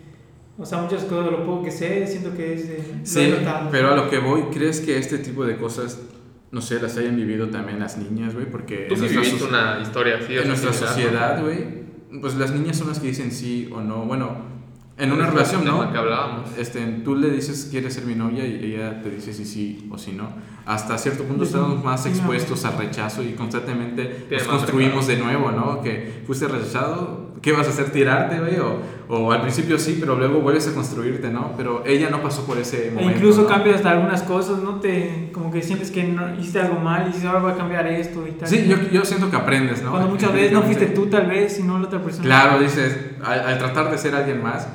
o sea, muchas cosas, lo poco que sé, siento que es de... lo he Sí, notado. pero a lo que voy, ¿crees que este tipo de cosas, no sé, las hayan vivido también las niñas, güey? Porque Tú en sí nuestra viviste soci- una historia así. o en sea, nuestra similar, sociedad, güey, pues las niñas son las que dicen sí o no, bueno, en ¿no? una Es el relación, tema ¿no? que hablábamos. este, tú le dices quieres ser mi novia y ella te dice si sí o si no. Hasta cierto punto estamos más expuestos al rechazo y constantemente nos más construimos de nuevo, ¿no? Que fuiste rechazado, ¿qué vas a hacer? ¿Tirarte, güey? O, o al principio sí, pero luego vuelves a construirte, ¿no? Pero ella no pasó por ese E momento. incluso ¿no? cambias hasta algunas cosas, ¿no? te Como que sientes que no, hiciste algo mal y dices, ahora voy a cambiar esto y tal. Sí, yo, yo siento que aprendes, ¿no? Cuando muchas veces no fuiste tú tal vez, sino la otra persona. Claro, dices, al, al tratar de ser alguien más,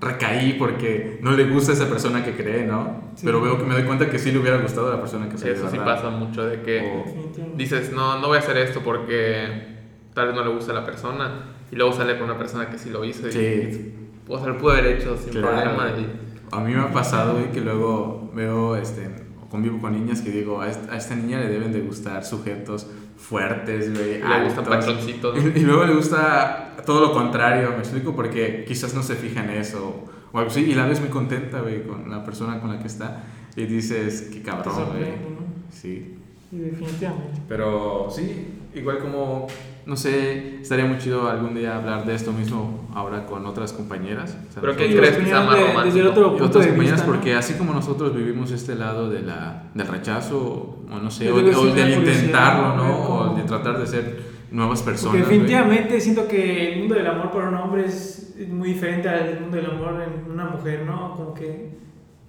recaí porque no le gusta esa persona que creé, ¿no? Sí. Pero veo que me doy cuenta que sí le hubiera gustado a la persona que soy, Eso sí ¿verdad? Oh. pasa mucho de que O- Definitivamente. dices, no, no voy a hacer esto porque tal vez no le gusta a la persona. Y luego sale con una persona que sí lo hizo. y- Sí. o sea, lo pudo haber hecho sin Claro. problema. y- A mí me ha pasado, güey, que luego veo, este, o convivo con niñas que digo, a esta, a esta niña le deben de gustar sujetos fuertes, güey, Le altos". gustan patroncitos. Y, y luego le gusta todo lo contrario, me explico, porque quizás no se fija en eso o algo así. Y la ves muy contenta, güey, con la persona con la que está. Y dices, qué Te cabrón, güey. sorprende, ¿no? Sí. Sí, definitivamente. Pero sí, igual como, no sé, estaría muy chido algún día hablar de esto mismo ahora con otras compañeras. O sea, Pero ¿qué nosotros- crees que sea más Desde- romántico? desde el otro y punto otras de compañeras vista, ¿no? porque así como nosotros vivimos este lado de la, del rechazo o no sé Yo o, creo que o sí es del una curiosidad, intentarlo ¿no? no o Como- de tratar de ser nuevas Porque personas güey. definitivamente siento que el mundo del amor para un hombre es muy diferente al mundo del amor en una mujer, ¿no? Como que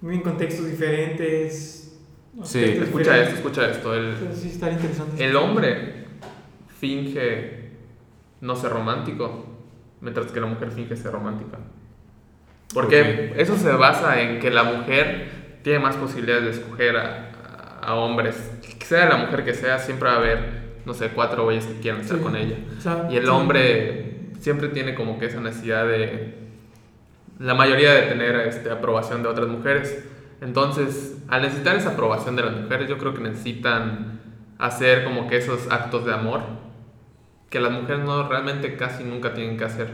muy en contextos diferentes. Sí. aspectos Escucha esto, diferentes. escucha esto. El, Pero sí, está interesante. El hombre finge no ser romántico, mientras que la mujer finge ser romántica. Porque eso se basa en que la mujer tiene más posibilidades de escoger a, a hombres. Que sea la mujer que sea, siempre va a haber, no sé, cuatro güeyes que quieran estar Sí. con ella. O sea, Y el sí. hombre siempre tiene como que esa necesidad de... La mayoría de tener este, aprobación de otras mujeres. Entonces, al necesitar esa aprobación de las mujeres, yo creo que necesitan hacer como que esos actos de amor que las mujeres no realmente casi nunca tienen que hacer.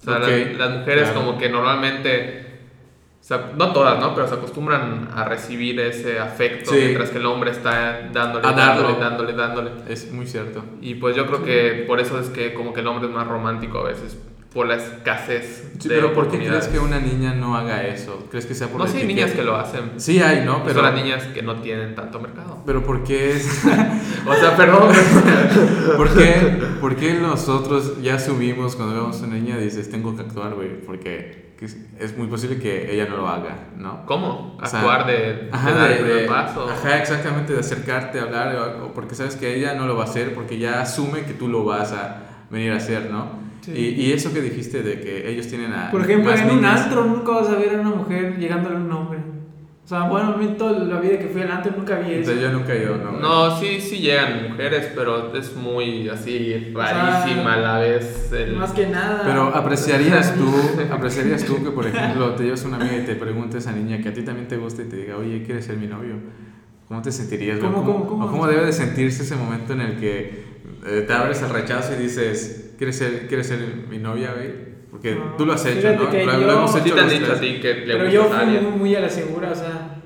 O sea, Ok, las, las mujeres claro. como que normalmente, se ac- no todas, ¿no? Pero se acostumbran a recibir ese afecto Sí. mientras que el hombre está dándole, A darlo. dándole, dándole, dándole. Es muy cierto. Y pues yo creo que por eso es que como que el hombre es más romántico a veces, por la escasez Sí, de pero ¿por qué oportunidades. crees que una niña no haga eso? ¿Crees que sea por no la sé, hay etiqueta? niñas que lo hacen. Sí hay, ¿no? Pero Pero las niñas que no tienen tanto mercado. Pero ¿por qué es O sea, perdón. ¿Por qué, por qué nosotros ya subimos cuando vemos a una niña y dices, tengo que actuar, güey? Porque es- es muy posible que ella no lo haga, ¿no? ¿Cómo? O sea, Actuar de, de dar el primer paso. ajá, exactamente, de acercarte, hablar, o- o porque sabes que ella no lo va a hacer, porque ya asume que tú lo vas a venir a hacer, ¿no? Sí. Y, y eso que dijiste de que ellos tienen a... Por ejemplo, más en un niñas. antro nunca vas a ver a una mujer llegándole a un hombre. O sea, bueno, a mí toda la vida que fui al antro nunca vi eso. Entonces yo nunca yo, ¿no? No, sí, sí llegan mujeres, pero es muy así, sea, rarísima a la vez. el- Más que nada. Pero apreciarías tú, apreciarías tú que, por ejemplo, te llevas una amiga y te pregunta a esa niña que a ti también te gusta y te diga, oye, ¿quieres ser mi novio? ¿Cómo te sentirías? güey? ¿Cómo, cómo, cómo? o cómo debe de sentirse ese momento en el que eh, te abres al rechazo y dices, ¿quieres ser, quieres ser mi novia, güey? Porque No, tú lo has hecho, Ah, fíjate ¿no? que Lo, lo yo- hemos Sí hecho. te han los dicho a tres. ti que le Pero gustas yo a fui alguien. muy, muy a la segura, o sea.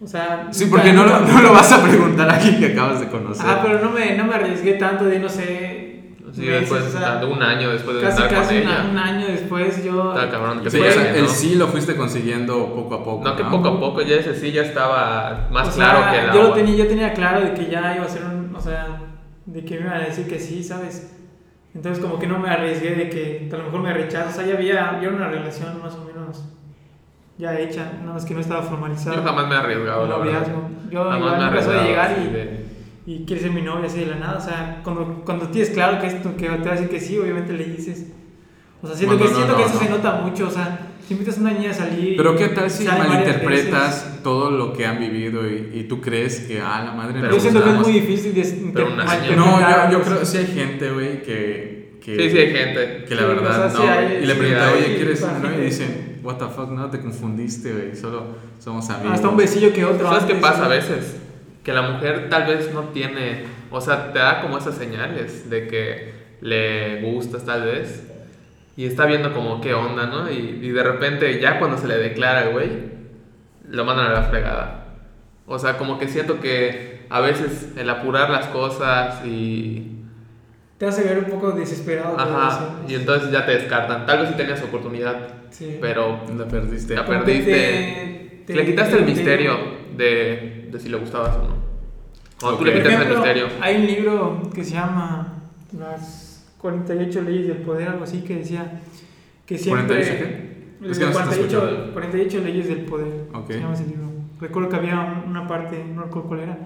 O sea. Sí, nunca- porque no lo, nunca- no lo vas a preguntar a alguien que acabas de conocer. Ah, pero no me, no me arriesgué tanto de, no sé. Sí, meses, después, o sea, tanto un año después de Casi, estar casi con una- ella. un año después yo. Está cabrón que Sí, te o sea, lleguen, pues, el ¿no? sí lo fuiste consiguiendo poco a poco. No, que poco a poco ya ese sí ya estaba más O sea, claro que el yo lo agua. tenía, yo tenía claro de que ya iba a ser un, o sea, de que me iban a decir que sí, ¿sabes? Entonces como que no me arriesgué de que a lo mejor me rechazas, o sea, ya había, había una relación más o menos ya hecha, nada más que no estaba formalizada. Yo jamás me he arriesgado, Un la verdad. noviazgo. Yo jamás igual nunca soy de llegar así y- de- Y quieres ser mi novia así de la nada, o sea, cuando, cuando tienes claro que, esto, que te va a decir que sí, obviamente le dices. O sea, siento Bueno, que, no, siento no, que eso no. se nota mucho, o sea, si invitas a una niña a salir... Pero y qué tal si sale varias veces? malinterpretas todo lo que han vivido y, y tú crees que, ah, la madre Pero me Yo siento que gusta es muy más. difícil de Pero un año. malinterpretar, No, yo, yo o sea. creo que sí hay gente, güey, que, que... Sí, sí, hay gente. Que la Sí, o verdad sea, sí no. hay- y le sí preguntaba, hay oye, ¿quieres ser para mi novia? Y gente. dicen, what the fuck, no, te confundiste, güey, solo somos amigos. Hasta un besillo que otro. ¿Sabes qué antes, pasa a ¿no? veces? Que la mujer tal vez no tiene, o sea, te da como esas señales de que le gustas tal vez y está viendo como qué onda, ¿no? Y, y de repente ya cuando se le declara, güey, lo mandan a la fregada. O sea, como que siento que a veces el apurar las cosas y... Te hace ver un poco desesperado. pero Ajá, sí, y entonces ya te descartan. Tal vez sí tenías oportunidad, sí. pero La perdiste. La Como que perdiste. te- le te- quitaste el te- misterio de, de si le gustabas o no. Cuando tú Ok. le Por quitas el ejemplo, misterio. Hay un libro que se llama Las 48 leyes del poder, algo así, que decía que siempre... 48 qué? Las Es que no se está 48, escuchando. 48 leyes del poder. Ok. Se llama ese libro. Recuerdo que había un- una parte, no recuerdo cuál era,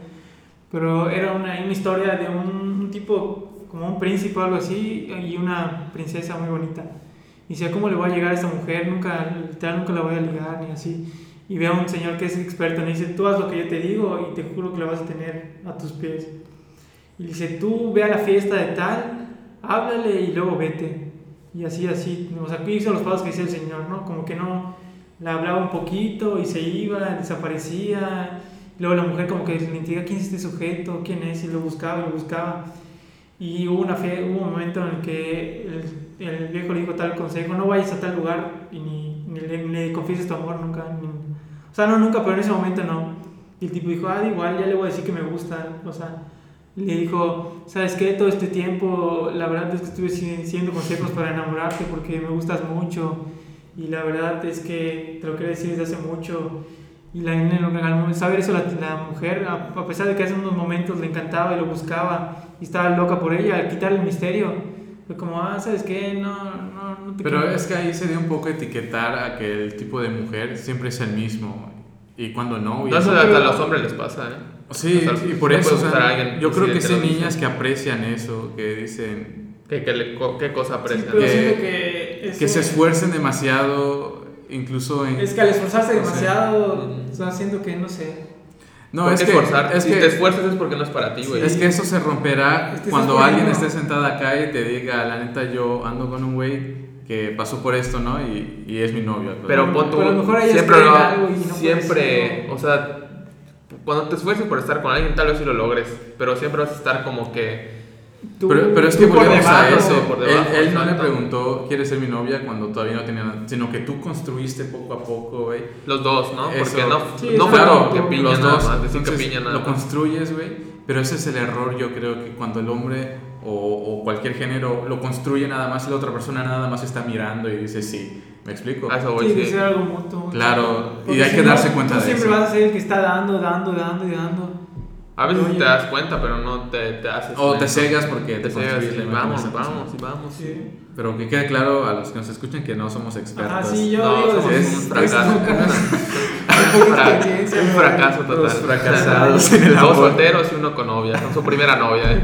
pero era una, una historia de un, un tipo, como un príncipe o algo así, y una princesa muy bonita. Y decía, ¿cómo le voy a llegar a esta mujer? Nunca, literal, nunca la voy a ligar, ni así. Y ve a un señor que es experto, y le dice, tú haz lo que yo te digo y te juro que la vas a tener a tus pies. Y le dice, tú ve a la fiesta de tal, háblale y luego vete. Y así, así, o sea, hizo los pasos que hizo el Señor, ¿no? Como que no, la hablaba un poquito y se iba, desaparecía. Luego la mujer como que le intriga, ¿quién es este sujeto? ¿Quién es? Y lo buscaba y lo buscaba. Y hubo, una fe, hubo un momento en el que el, el viejo le dijo tal consejo, no vayas a tal lugar y ni, ni le, ni le confieses tu amor nunca. ni- o sea, no nunca, pero en ese momento no. Y el tipo dijo, ah, da igual, ya le voy a decir que me gusta. O sea, le dijo, ¿sabes qué? Todo este tiempo, la verdad es que estuve si- siguiendo consejos para enamorarte porque me gustas mucho. Y la verdad es que te lo quería decir desde hace mucho. Y la nena lo regaló. Saber eso, la, la mujer, a, a pesar de que hace unos momentos le encantaba y lo buscaba y estaba loca por ella, al quitarle el misterio, fue como, ah, ¿sabes qué? No, no, no te Pero quiero". es que ahí se dio un poco etiquetar a que el tipo de mujer siempre es el mismo. Y cuando no... y No, eso- eso hasta a los hombres les pasa, ¿eh? Sí, o sea, y por no eso, puedes o sea, gustar a alguien yo y creo si que te sí hay lo dicen. niñas que aprecian eso, que dicen, ¿Qué, qué, le- co- qué cosa Sí, aprecian? pero que- siento que, que eso- se esfuercen demasiado, incluso en... Es que al esforzarse No sé. demasiado, o sea, siento que, no sé, no, ¿Por es qué que, esforzarte? es si que, te esfuerzas es porque no es para ti, güey. es que eso se romperá Es que estás cuando poniendo- alguien esté sentada acá y te diga, la neta, yo ando con un güey que que pasó por esto, ¿no? Y, y es mi novio. Pero pon tú, Pero a lo mejor ellos siempre, creen lo- algo y no puedes siempre decirlo. o sea, cuando te esfuerces por estar con alguien, tal vez sí lo logres, pero siempre vas a estar como que, Tú- pero, pero es que tú por volvemos a debajo, eso. por debajo, él, él no le exacto. preguntó, ¿quieres ser mi novia? Cuando todavía no tenía nada. Sino que tú construiste poco a poco, güey. los dos, ¿no? Eso. Porque no, Sí, no eso fue claro, como que piña los nada dos, más, decir que entonces, piña nada Lo más. construyes, güey. Pero ese es el error, yo creo, que cuando el hombre o, o cualquier género lo construye nada más y la otra persona nada más está mirando y dice, sí, ¿me explico? A Ah, eso voy, Sí, sí. que sea algo mutuo. Claro, y Porque hay si que no, darse cuenta tú de siempre eso. vas a ser el que está dando, dando, dando y dando. A veces Oye. te das cuenta, pero no te, te haces. O te menso. cegas porque Te cegas construyes y la imagen de vamos, esa persona. vamos, y vamos. Sí. Pero que quede claro a los que nos escuchan que no somos expertos. Ajá, sí, yo No, digo somos desde- un fracaso. Hay poca Fra- experiencia, un güey. fracaso total. Los fracasados en el amor. Dos solteros y uno con novia. Con su primera novia. eh.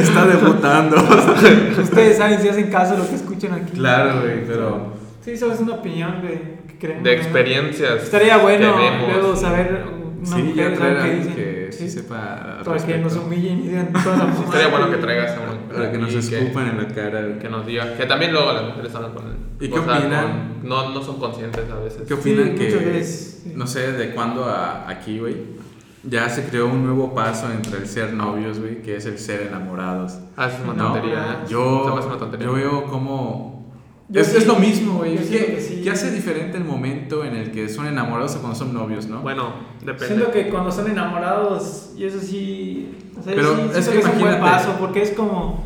Está debutando. Ustedes saben si hacen caso a lo que escuchan aquí. claro, güey, pero... Sí, eso es una opinión de que creen. De experiencias. Estaría bueno que vemos. luego saber una sí, mujer ya saber traer qué alguien dicen. que sí sepa... al Para que respecto. nos humillen y digan toda la mamá. Estaría bueno que traigas a uno. Para que nos aquí escupan en la cara. güey. Que nos diga. Que también luego las mujeres hablan con él. ¿Y qué opinan? no, no son conscientes a veces. ¿Qué opinan Sí, muchas que, veces, sí. no sé, de cuándo a aquí, güey, ya se creó un nuevo paso entre el ser novios, güey, que es el ser enamorados? Haces una No, tontería. eh. Se me Yo, hace una tontería. yo veo como... Yo es, sí. es lo mismo, güey. Yo ¿Qué, siento que sí. qué hace diferente el momento en el que son enamorados o cuando son novios, no? Bueno, depende. Siento que cuando son enamorados, y eso sí. O sea, Pero sí, es siento que que es un buen imagínate. paso, porque es como.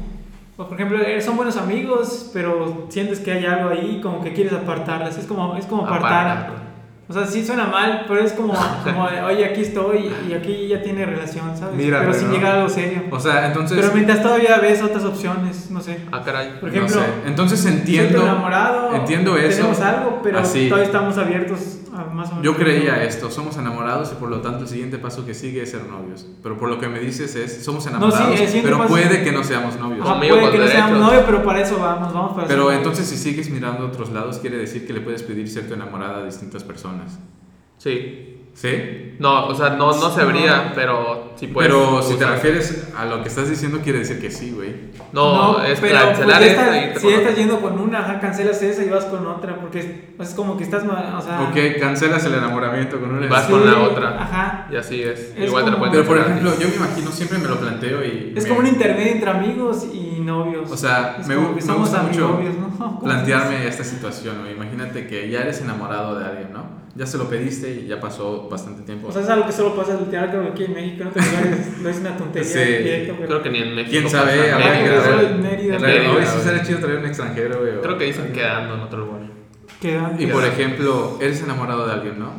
o, Por ejemplo, eh, son buenos amigos, pero sientes que hay algo ahí, como que quieres apartarlas. Es como, es como apartar. Apartar. O sea, sí suena mal, pero es como, como de, oye, aquí estoy y aquí ya tiene relación, ¿sabes? Mírame, pero sin ¿no? llegar a algo serio. O sea, entonces... pero mientras todavía ves otras opciones, no sé. Ah, caray. no Por ejemplo, sé. Entonces entiendo... Siento enamorado, entiendo eso. Tenemos algo, pero Así. todavía estamos abiertos a más o menos. Yo creía esto, somos enamorados y por lo tanto el siguiente paso que sigue es ser novios. Pero por lo que me dices es, somos enamorados, el siguiente pero paso- puede que no seamos novios. Ajá, Conmigo puede con que no seamos derechos. novios, pero para eso vamos, vamos para Pero ser novios. entonces si sigues mirando a otros lados, quiere decir que le puedes pedir cierto enamorada a distintas personas. Sí. ¿Sí? No, o sea, no, no se No. vería, pero sí puedes. pero si te usar. refieres a lo que estás diciendo, quiere decir que sí, güey. No, es cancelar pues, esta, esta- y irte Si con ya otra. estás yendo con una, ajá, cancelas esa y vas con otra, porque es, pues, es como que estás, ma- o sea... Ok, cancelas el enamoramiento con una... Y vas sí, con la otra. Ajá. Y así es. Es Igual te lo como- pueden Pero por hacer ejemplo, gratis. yo me imagino, siempre me lo planteo y... Es me- como un intermedio entre amigos y novios. O sea, Es me, como gu- que me somos gusta mucho amigos, ¿no? ¿Cómo plantearme esta situación. güey. Imagínate que ya eres enamorado de alguien, ¿no? Ya se lo pediste y ya pasó bastante tiempo. O sea, es algo que solo pasa en el teatro aquí en México, en otros lugares lo es una tontería Sí. directo, pero... Creo que ni en México. ¿Quién sabe? pasa. habrá Habrá que que México, traer- solo en Mérida. traer- traer- En hoy Mérida, sí güey. será chido traer un extranjero, güey, o- Creo que dicen quedando en otro lugar. Queda- Y por ejemplo, eres enamorado de alguien, ¿no?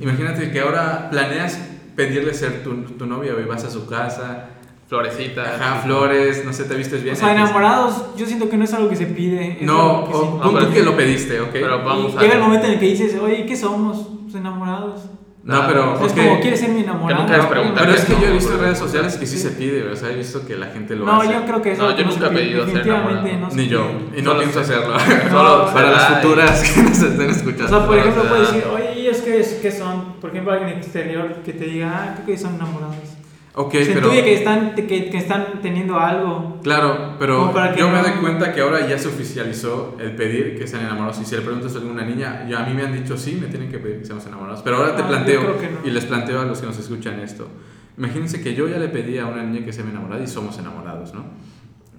Imagínate que ahora planeas pedirle ser tu, tu novia, güey. Vas a su casa, Florecita. ajá, flores, no sé, te vistes bien. O sea, X. enamorados, yo siento que no es algo que se pide. es No, algo que o, sí. pon No, tú pero- que lo pediste, ¿ok? Pero vamos Y a. llega el momento en el que dices, oye, ¿qué somos? Pues enamorados. no, pero... O sea, es ok. como, ¿quieres ser mi enamorado? Que nunca les preguntan. Pero es que No, yo he no, visto en pero- redes sociales que sí se pide, güey, o sea, he visto que la gente lo No, hace. yo creo que eso No, yo nunca he pedido ser definitivamente enamorado. no se Ni yo, pide. y no Solo pienso sé. hacerlo. Solo Para las será y- futuras que nos estén escuchando. O sea, por ejemplo, Ajá. puedes decir, oye, ¿y ellos qué, qué son? Por ejemplo, alguien exterior que te diga, ah, creo que son enamorados. ok, se pero... intuye que están, que, que están teniendo algo. Claro, pero Como para que yo me no- doy cuenta que ahora ya se oficializó el pedir que sean enamorados. Y si le preguntas a alguna niña, yo, a mí me han dicho sí, me tienen que pedir que seamos enamorados. Pero ahora te Ah, yo planteo, creo que no. y les planteo a los que nos escuchan esto. Imagínense que yo ya le pedí a una niña que se me enamorada y somos enamorados, ¿no?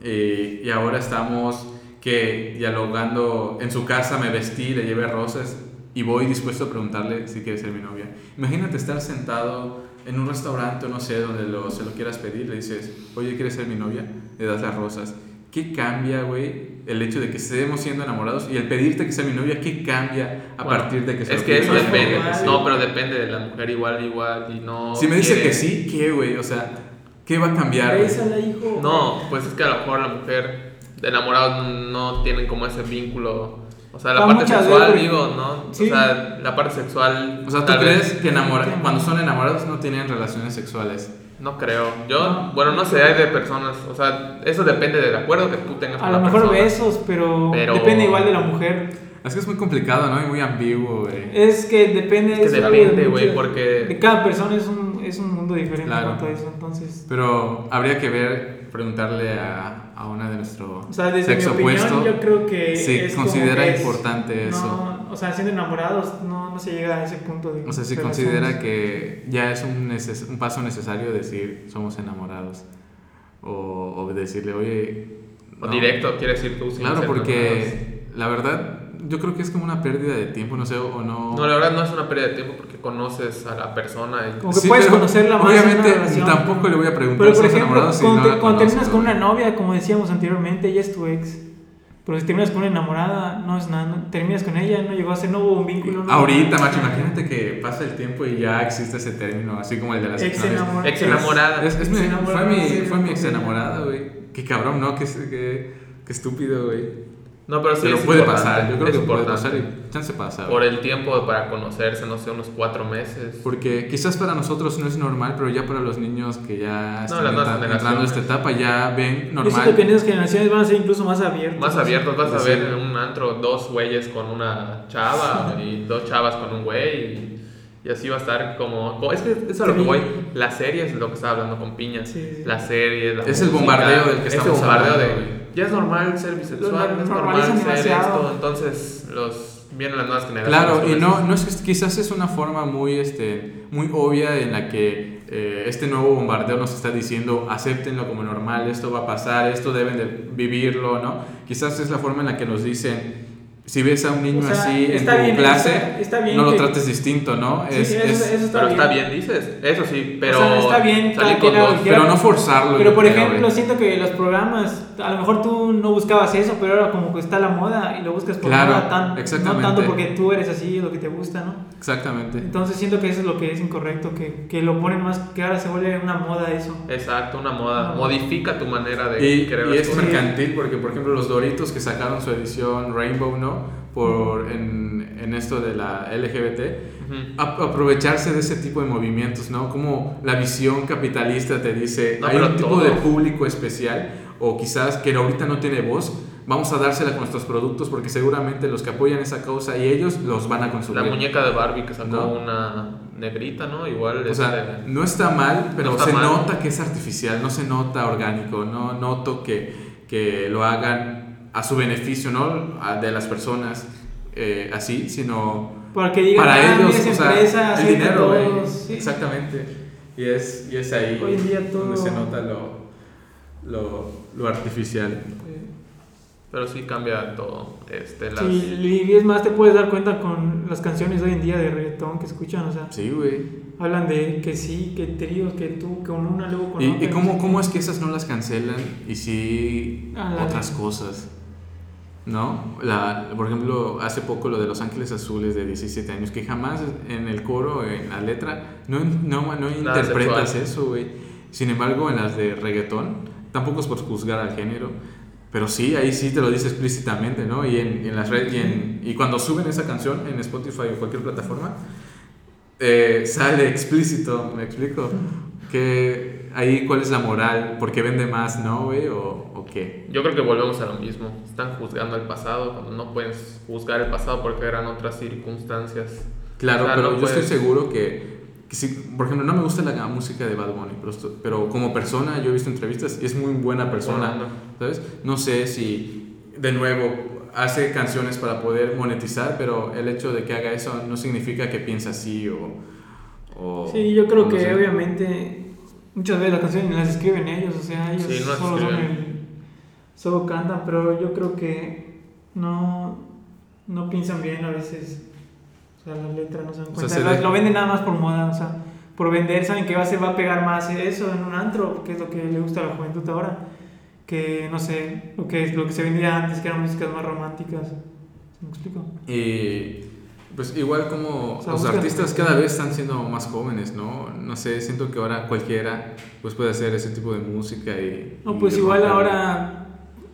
Eh, y ahora estamos que dialogando en su casa, me vestí, le llevé rosas y voy dispuesto a preguntarle si quiere ser mi novia. Imagínate estar sentado en un restaurante, no sé, donde lo, se lo quieras pedir, le dices, oye, ¿quieres ser mi novia? Le das las rosas. ¿Qué cambia, güey, el hecho de que estemos siendo enamorados y el pedirte que sea mi novia, qué cambia a Bueno, partir de que se Es lo que pides? eso Igual, depende. igual. No, pero depende de la mujer igual, igual. Y no. Si me dice quiere- que sí, ¿qué, güey? O sea, ¿qué va a cambiar? güey? Bésala, hijo. No, pues es que a lo mejor la mujer. De enamorados no tienen como ese vínculo. O sea, la Va parte Ah, muchas sexual, veces. digo, ¿no? Sí. O sea, la parte sexual. O sea, ¿tú tal vez- crees que enamora- cuando son enamorados no tienen relaciones sexuales? No creo. Yo, bueno, no sé, hay de personas. O sea, eso depende del acuerdo que tú tengas A con lo la mejor persona. besos, pero, Pero- depende igual de la mujer. Es que es muy complicado, ¿no? Y muy ambiguo, güey. Es que depende Es que algo de depende, güey, muchas- porque- De cada persona es un, es un mundo diferente Claro. en cuanto a eso, entonces... Pero habría que ver, preguntarle a, a una de nuestro O sea, desde sexo mi opinión, opuesto. yo creo que se es como considera que es- importante eso. No, o sea, siendo enamorados no, no se llega a ese punto de... O sea, si relación. considera que ya es un, neces- un paso necesario decir somos enamorados. O, o decirle, oye. O no. directo, quieres decir tú. sin Claro, ser porque la verdad, yo creo que es como una pérdida de tiempo, no sé, o no. enamorados. No, la verdad no es una pérdida de tiempo porque conoces a la persona. y- Como que puedes pero conocerla más en una Obviamente, relación. tampoco le voy a preguntar Pero por somos ejemplo, enamorados si cuando, no te- la cuando terminas conozco. con una novia, como decíamos anteriormente, ella es tu ex. Pero si terminas con una enamorada, no es nada. no- terminas con ella, no llegó a ser, no hubo un vínculo. no- Ahorita, macho, imagínate que pasa el tiempo y ya existe ese término, así como el de las Ex exnovias. enamorada. Ex enamorada. Es- es mi- fue, Exenamorada, mi, sí, fue mi ex sí. enamorada, güey. Qué cabrón, ¿no? Qué, qué, qué estúpido, güey. No, pero sí Pero es puede importante, pasar, yo creo es que puede importante. pasar y chance pasa. güey. Por el tiempo para conocerse, no sé, unos cuatro meses. Porque quizás para nosotros no es normal, pero ya para los niños que ya están las nuevas entra- entrando a generaciones. esta etapa ya ven Yo siento que en normal. esas generaciones van a ser incluso más abiertos. Más abiertos, vas a Sí. ver en un antro dos güeyes con una chava y dos chavas con un güey y, y así va a estar como... co- Es que es a lo que voy, las series, lo que estaba hablando con Piña, Sí, sí. las series... la Es el música, bombardeo del que ese estamos bombardeo hablando, de- güey. Ya es normal ser bisexual, Lo es normal normalizan ser demasiado. esto, entonces los, vienen las nuevas generaciones. Claro, y con no, eso. no es que quizás es una forma muy, este, muy obvia en la que eh, este nuevo bombardeo nos está diciendo acéptenlo como normal, esto va a pasar, esto deben de vivirlo, ¿no? Quizás es la forma en la que nos dicen si ves a un niño O sea, así en tu está bien, clase, está- está bien no lo que- trates distinto, ¿no? Sí, Es- eso- es- eso Pero está bien, dices, eso sí, pero... O sea, está bien, salir cada con quien haga lo dos. que pero no forzarlo. Pero yo por creo, ejemplo, güey. siento que los programas, a lo mejor tú no buscabas eso, pero ahora como que está la moda y lo buscas por Claro, moda, tan- exactamente. no tanto porque tú eres así, lo que te gusta, ¿no? Exactamente. Entonces siento que eso es lo que es incorrecto, que, que lo ponen más, que ahora se vuelve una moda eso. Exacto, una moda. No. Modifica tu manera de Y, querer y las es cosas. mercantil porque, por ejemplo, los Doritos que sacaron su edición Rainbow, ¿no? Por, en, en esto de la LGBT, Ujú. a- aprovecharse de ese tipo de movimientos, ¿no? Como la visión capitalista te dice, No, hay pero un tipo todos. de público especial o quizás que ahorita no tiene voz, vamos a dársela con nuestros productos porque seguramente los que apoyan esa causa y ellos los van a consumir. La muñeca de Barbie que sacó No. una negrita, ¿no? Igual. O sea, este, no está mal, pero No está se mal. nota que es artificial, no se nota orgánico, no noto que, que lo hagan a su beneficio, ¿no? A- De las personas eh, así, sino Porque digan, para "Ah, ellos, mira esa o sea, empresa, el acepta a dinero, todos", güey. sí. Exactamente. Y es, y es ahí Hoy en día todo- donde se nota lo, lo, lo artificial. pero sí cambia todo. Este, las, Sí, y es más, te puedes dar cuenta con las canciones de hoy en día de reggaetón que escuchan, o sea, Sí, güey. hablan de que sí, que tríos, que tú, que con una, luego con ¿Y, otra, y cómo, cómo es que esas no las cancelan y sí A Ah, la- otras cosas? ¿No? La, por ejemplo, hace poco lo de Los Ángeles Azules de 17 años, que jamás en el coro, en la letra, no, no, no Nada interpretas sexual. eso, güey. Sin embargo, en las de reggaetón, tampoco es por juzgar al género, pero sí, ahí sí te lo dice explícitamente, ¿no? Y en, y en las redes, y, en- y cuando suben esa canción en Spotify o cualquier plataforma, eh, sale explícito, me explico. Que ahí cuál es la moral, porque vende más, ¿no, güey? O, o qué. Yo creo que volvemos a lo mismo. Están juzgando el pasado cuando no puedes juzgar el pasado porque eran otras circunstancias. Claro, O sea, pero no yo puedes- estoy seguro que, que si- por ejemplo, no me gusta la música de Bad Bunny, pero, esto- pero como persona yo he visto entrevistas y es muy buena persona, Buena onda. ¿sabes? No sé si, de nuevo, hace canciones para poder monetizar, pero el hecho de que haga eso no significa que piensa así o... o- Sí, yo creo no que sé. obviamente muchas veces las canciones las escriben ellos, o sea, ellos Sí, no las solo, son escriben. el- solo cantan, pero yo creo que no, no piensan bien a veces, o sea, las letras no se dan O sea, cuenta, se lo, deja- lo venden nada más por moda, o sea, por vender, saben que va, se va a pegar más eso en un antro, que es lo que le gusta a la juventud ahora, que no sé, lo que, lo que se vendía antes, que eran músicas más románticas, ¿me explico? Y pues igual como O sea, los buscan- artistas cada vez están siendo más jóvenes, ¿no? No sé, siento que ahora cualquiera pues puede hacer ese tipo de música y... No, y pues de igual romper. ahora,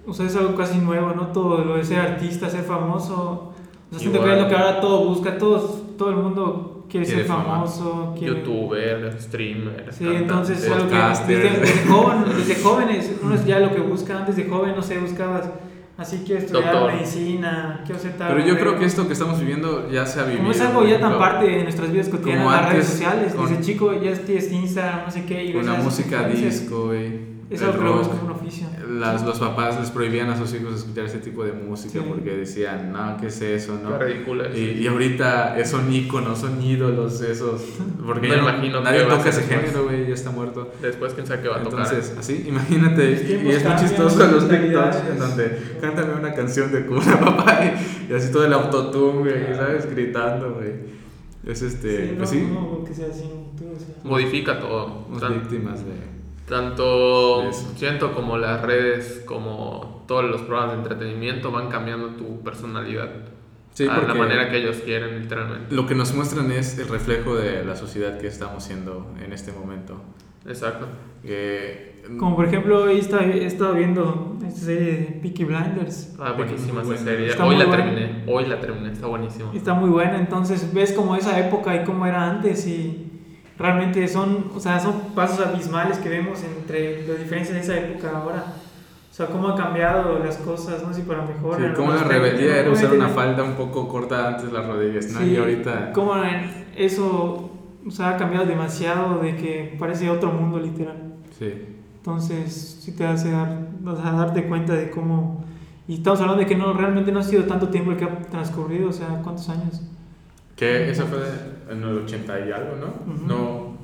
o sea, es algo casi nuevo, ¿no? Todo lo de ser artista, ser famoso. O sea, siento que Igual. es lo que ahora todo busca, todos, todo el mundo quiere, Quiere ser fama. famoso, quiere... Youtuber, streamer. Sí, entonces es algo que Podcaster. desde, desde joven, desde jóvenes, uno es ya lo que busca, antes de joven, no sé, buscabas, así quiero estudiar Doctor. medicina, quiero ser tal... Pero yo obrero. creo que esto que estamos viviendo ya se ha vivido. Como es algo ya tan ¿no? parte de nuestras vidas cotidianas, Como las redes antes, sociales, con- desde chico ya tienes Instagram, no sé qué... y Con ves la a esos música influencers. disco, güey. Es el algo que lo ves rock, como un oficio. Las, los papás les prohibían a sus hijos escuchar ese tipo de música Sí. porque decían, no, ¿qué es eso? No? Qué ridículo es. Y, y ahorita eh, son íconos, son ídolos esos. Porque Me ya no- imagino nadie que va a toca ser ese después. género, güey, ya está muerto. Después quién sabe qué va a tocar. Entonces, así, imagínate, Los y tiempos es muy cambian, chistoso las los TikToks en mentalidades. donde cántame una canción de cura, papá, y, y así todo el autotune, güey, ¿sabes? Gritando, güey. Es este, Sí, pues no, sí, no, que sea así, tú, o sea. Modifica todo. somos Tan- víctimas de. tanto Eso. siento como las redes, como todos los programas de entretenimiento van cambiando tu personalidad. Sí, a Ah, la porque- manera que ellos quieren, literalmente. Lo que nos muestran es el reflejo de la sociedad que estamos siendo en este momento. Exacto. Ah, Que- mm, Como por ejemplo, hoy está- he estado viendo esta serie de Peaky Blinders. Ah, buenísima Muy esa buena. serie. Está Hoy muy la buena. terminé. Hoy la terminé. Está buenísima. Está muy buena, entonces ves como esa época y cómo era antes y realmente son, o sea, son pasos abismales que vemos entre la diferencia de esa época ahora. O sea, cómo han cambiado las cosas, no sé si para mejor. sí, en como la algunos rebeldía era aspectos, usar ¿no? una falda un poco corta antes las rodillas, ¿no? Sí, Y ahorita. Cómo en- eso, o sea, ha cambiado demasiado de que parece otro mundo literal. Sí. Entonces, sí te hace dar, o sea, darte cuenta de cómo... Y estamos hablando de que no, realmente no ha sido tanto tiempo el que ha transcurrido, o sea, ¿cuántos años? Que esa fue en el 80 y algo, ¿no? Ujú. No.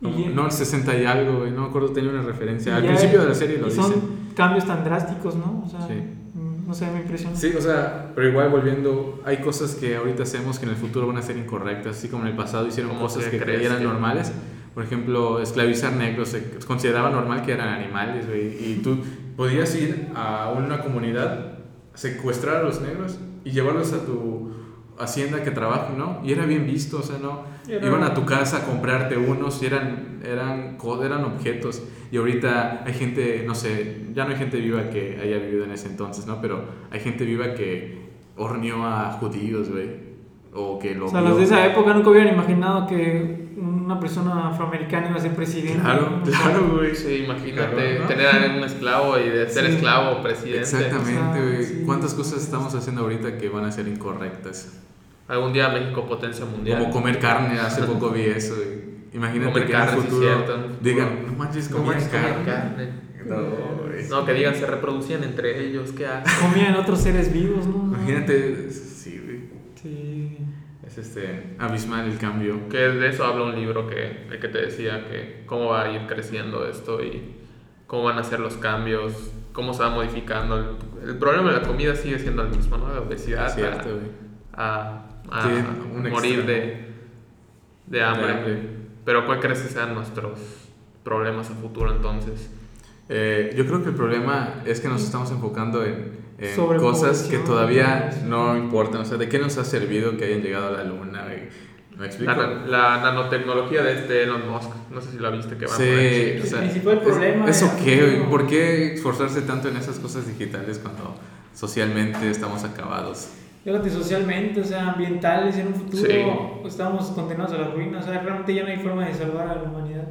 No, Y ya- no, el 60 y algo, güey. No me acuerdo, tenía una referencia. Al Y ya- principio de la serie lo y dicen. son cambios tan drásticos, ¿no? O sea, Sí. mm, no sé, me impresiona. Sí, o sea, pero igual volviendo, hay cosas que ahorita hacemos que en el futuro van a ser incorrectas, así como en el pasado hicieron ¿Cómo cosas que que crees creían que- normales. Por ejemplo, esclavizar negros se consideraba normal que eran animales, güey, Y tú podías ir a una comunidad, secuestrar a los negros y llevarlos a tu hacienda que trabajen, ¿no? Y era bien visto, o sea, ¿no? Era- Iban a tu casa a comprarte unos y eran, eran, co- eran objetos. Y ahorita hay gente, no sé, ya no hay gente viva que haya vivido en ese entonces, ¿no? Pero hay gente viva que horneó a judíos, güey. O que lo. O sea, vio. los de esa época nunca hubieran imaginado que una persona afroamericana iba a ser presidente. Claro, ¿no? claro, güey. Sí, imagínate Cabrón, ¿no? tener a un esclavo y de ser Sí. esclavo presidente. O Exactamente, sea, güey. Ah, sí. ¿Cuántas cosas estamos haciendo ahorita que van a ser incorrectas? Algún día México potencia mundial. Como comer carne, hace poco vi eso, güey. Imagínate Comer que en carne, el sí, futuro cierto, en el futuro. digan, no manches, No comían manches, comer carne. Pues carne. No, güey. No, que digan se reproducían entre ellos, qué asco. Comían otros seres vivos, ¿no? Imagínate, sí, güey. Sí. Es este, abismal el cambio. Que de eso habla un libro que, el que te decía que cómo va a ir creciendo esto y cómo van a ser los cambios, cómo se va modificando. El, el problema de la comida sigue siendo el mismo, ¿no? La obesidad, a- Cierto, güey. a, a Sí, un morir extremo. de, de hambre. hambre. Pero ¿cuál crees que sean nuestros problemas a futuro entonces? Eh, yo creo que el problema es que nos estamos enfocando en, en Sobre cosas que población. todavía no importan. O sea, ¿de qué nos ha servido que hayan llegado a la luna? güey? ¿Me explico? La, na- la nanotecnología de este Elon Musk, no sé si la viste que va a Sí, El o sea, principal es- problema ¿Eso era- qué? güey? ¿Por qué esforzarse tanto en esas cosas digitales cuando socialmente estamos acabados? Y ahora que socialmente, o sea, ambientales, en un futuro Sí. estamos condenados a la ruina. O sea, realmente ya no hay forma de salvar a la humanidad.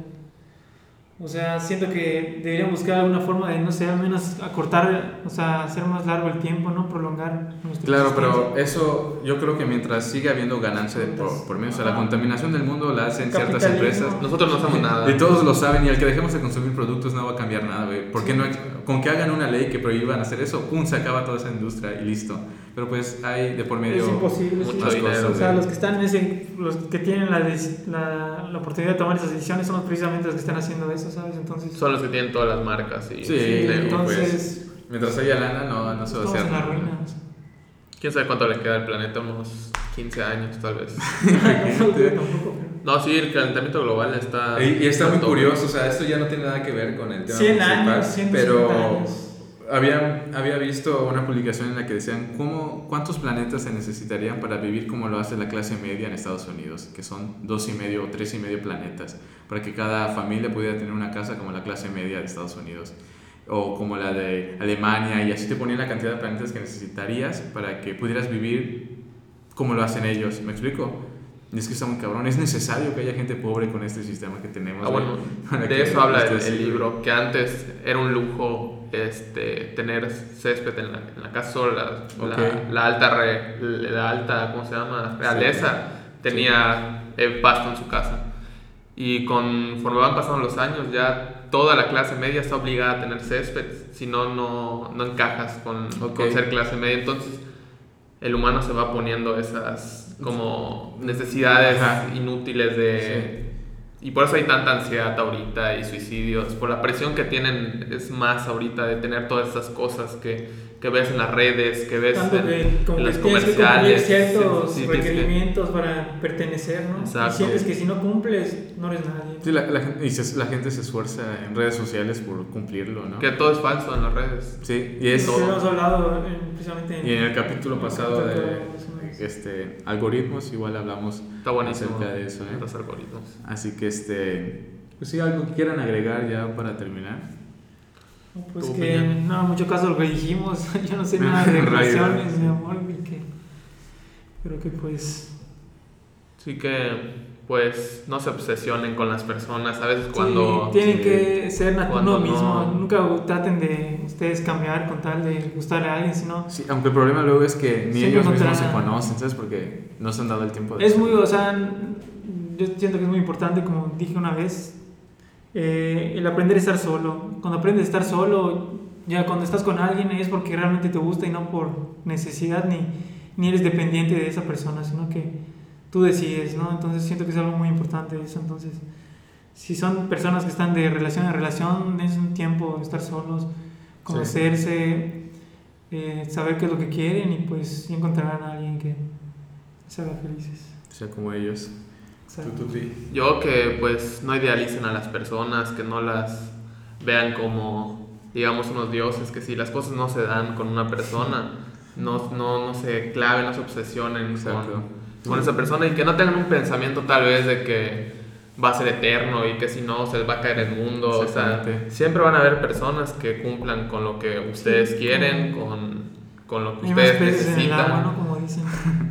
O sea, siento que deberían buscar alguna forma de, no sé, al menos acortar, o sea, hacer más largo el tiempo, ¿no? Prolongar nuestra Claro, existencia. pero eso yo creo que mientras siga habiendo ganancia de por, por medio, o sea, la contaminación del mundo la hacen ciertas Capitalismo. empresas. Nosotros no somos nada. Y todos lo saben, y al que dejemos de consumir productos no va a cambiar nada, güey. Porque no, ex- con que hagan una ley que prohíban hacer eso, pum, se acaba toda esa industria y listo. Pero pues hay de por medio. Es imposible, sí. mucho más dinero. cosas, O sea, güey. los que están en ese, los que tienen la, des- la, la oportunidad de tomar esas decisiones son precisamente los que están haciendo eso, ¿sabes? Entonces, Son los que tienen todas las marcas y Sí, sí, pues, entonces Mientras haya lana, no, no se va a estamos hacer en la nada. ruina. quién sabe cuánto le queda al planeta, unos 15 años tal vez. No, yo tampoco, pero- No, sí, el calentamiento global está... Y, y está muy al tope. curioso, o sea, esto ya no tiene nada que ver con el tema 100 principal, años, 150 pero años. Había, había visto una publicación en la que decían cómo, cuántos planetas se necesitarían para vivir como lo hace la clase media en Estados Unidos, que son dos y medio o tres y medio planetas, para que cada familia pudiera tener una casa como la clase media de Estados Unidos o como la de Alemania, y así te ponían la cantidad de planetas que necesitarías para que pudieras vivir como lo hacen ellos, ¿me explico? Y es que está muy cabrón, es necesario que haya gente pobre con este sistema que tenemos. Ah, güey, bueno, para de que eso habla el, estés- el libro, que antes era un lujo este, tener césped en la, en la casa sola, la- Ok. la, alta, re- la alta, ¿cómo se llama? Realeza tenía eh, pasto en su casa. Y conforme van pasando los años, ya toda la clase media está obligada a tener césped, si no, no, no encajas con, Ok. con ser clase media. Entonces, el humano se va poniendo esas como necesidades Ajá. inútiles de... Y por eso hay tanta ansiedad ahorita y suicidios, por la presión que tienen es más ahorita de tener todas esas cosas que, que ves en las redes, que ves Tanto en, que como en que los tienes que cumplir comerciales. ciertos Sí, sí, tienes que- requerimientos para pertenecer, ¿no? Exacto. Y sientes que si no cumples, no eres nadie. Sí, la, la gen- y se- la gente se esfuerza en redes sociales por cumplirlo, ¿no? que todo es falso en las redes. Sí, y Eso eso. lo hemos hablado en- precisamente en, Y en el capítulo pasado de Sí. este, algoritmos, igual hablamos Está buenísimo. acerca de eso. ¿eh? Los algoritmos. Así que, este, pues sí, algo que quieran agregar ya para terminar. No, Pues ¿Tu que opinión? no, en mucho caso lo que dijimos, yo no sé nada de En realidad. relaciones de amor y que creo que pues Así que, pues, no se obsesionen con las personas. A veces sí, cuando... tienen sí, que ser nat- cuando uno mismo, no- nunca traten de ustedes cambiar con tal de gustarle a alguien, sino Sí, aunque el problema luego es que ni Sí, ellos encontrar- mismos se conocen, ¿sabes? Porque no se han dado el tiempo de... Es muy, o sea, yo siento que es muy importante, como dije una vez, eh, el aprender a estar solo. Cuando aprendes a estar solo, ya cuando estás con alguien es porque realmente te gusta y no por necesidad ni, ni eres dependiente de esa persona, sino que tú decides, ¿no? Entonces siento que es algo muy importante eso. Entonces, si son personas que están de relación en relación, es un tiempo de estar solos, conocerse, eh, saber qué es lo que quieren y pues sí encontrarán a alguien que se haga felices. O sea, como ellos. Exacto. Yo que, pues, no idealicen a las personas, que no las vean como, digamos, unos dioses, que si las cosas no se dan con una persona, no, no, no se claven, no se obsesionen Exacto. con, con esa persona y que no tengan un pensamiento tal vez de que va a ser eterno y que si no se les va a caer el mundo. O sea, Exactamente. siempre van a haber personas que cumplan con lo que ustedes quieren, con, con lo que Hay más ustedes peces en el agua, necesitan. ¿no? Como dicen.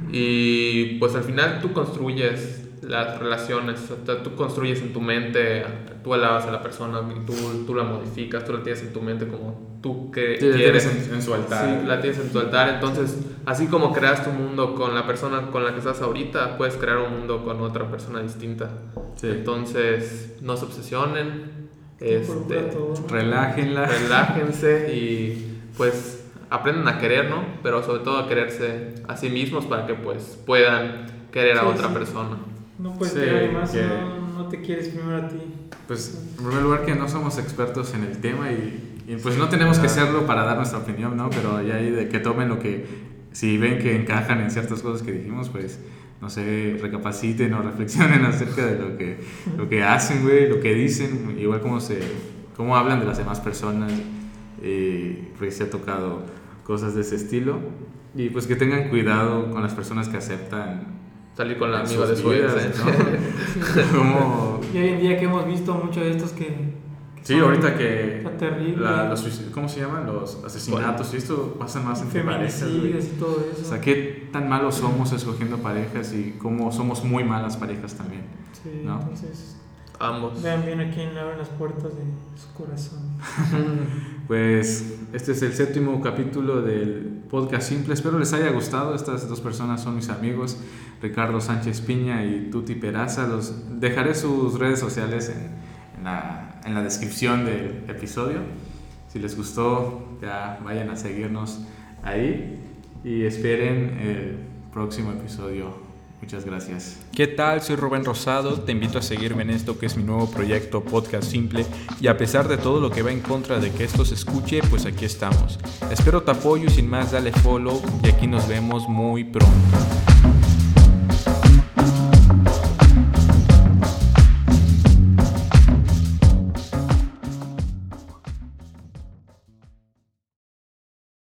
Y pues al final tú construyes las relaciones, o sea, tú construyes en tu mente, tú alabas a la persona, y tú, tú la modificas, tú la tienes en tu mente como tú que Sí, la quieres. tienes en, en su altar. Sí, la tienes en tu altar. Entonces, así como creas tu mundo con la persona con la que estás ahorita, puedes crear un mundo con otra persona distinta. Sí. Entonces, no se obsesionen, Procura este, todo, ¿no? Relájenla. relájense y pues aprendan a querer, ¿no? Pero sobre todo a quererse a sí mismos para que pues puedan querer a Sí, otra sí. persona. No puedes Sí, querer más, que- no, no te quieres primero a ti. Pues, en primer lugar, que no somos expertos en el tema y, y, pues no tenemos que serlo para dar nuestra opinión, ¿no? Pero ya ahí de que tomen lo que... Si ven que encajan en ciertas cosas que dijimos, pues, no sé, recapaciten o reflexionen acerca de lo que, lo que hacen, güey, lo que dicen, igual cómo, se, cómo hablan de las demás personas, eh, porque se ha tocado cosas de ese estilo. Y pues que tengan cuidado con las personas que aceptan Salir con la en amiga sus de su ex, vidas, ¿eh? ¿no? Como- Y hoy en día que hemos visto muchos de estos que. que Sí, son- ahorita que... Está terrible. la- los suici- ¿Cómo se llaman? Los asesinatos. Y esto pasa más entre parejas. güey. feminicidios y todo eso. O sea, qué tan malos somos escogiendo parejas y cómo somos muy malas parejas también. Sí, ¿no? entonces. Ambos. Vean bien a quién le abren las puertas de su corazón. Pues este es el séptimo capítulo del podcast simple. Espero les haya gustado. Estas dos personas son mis amigos, Ricardo Sánchez Piña y Tuti Peraza. Los dejaré sus redes sociales en, en la, en la descripción del episodio. Si les gustó, ya vayan a seguirnos ahí y esperen el próximo episodio. Muchas gracias. ¿Qué tal? Soy Rubén Rosado, te invito a seguirme en esto que es mi nuevo proyecto Podcast Simple y a pesar de todo lo que va en contra de que esto se escuche, pues aquí estamos. Espero tu apoyo y sin más dale follow y aquí nos vemos muy pronto.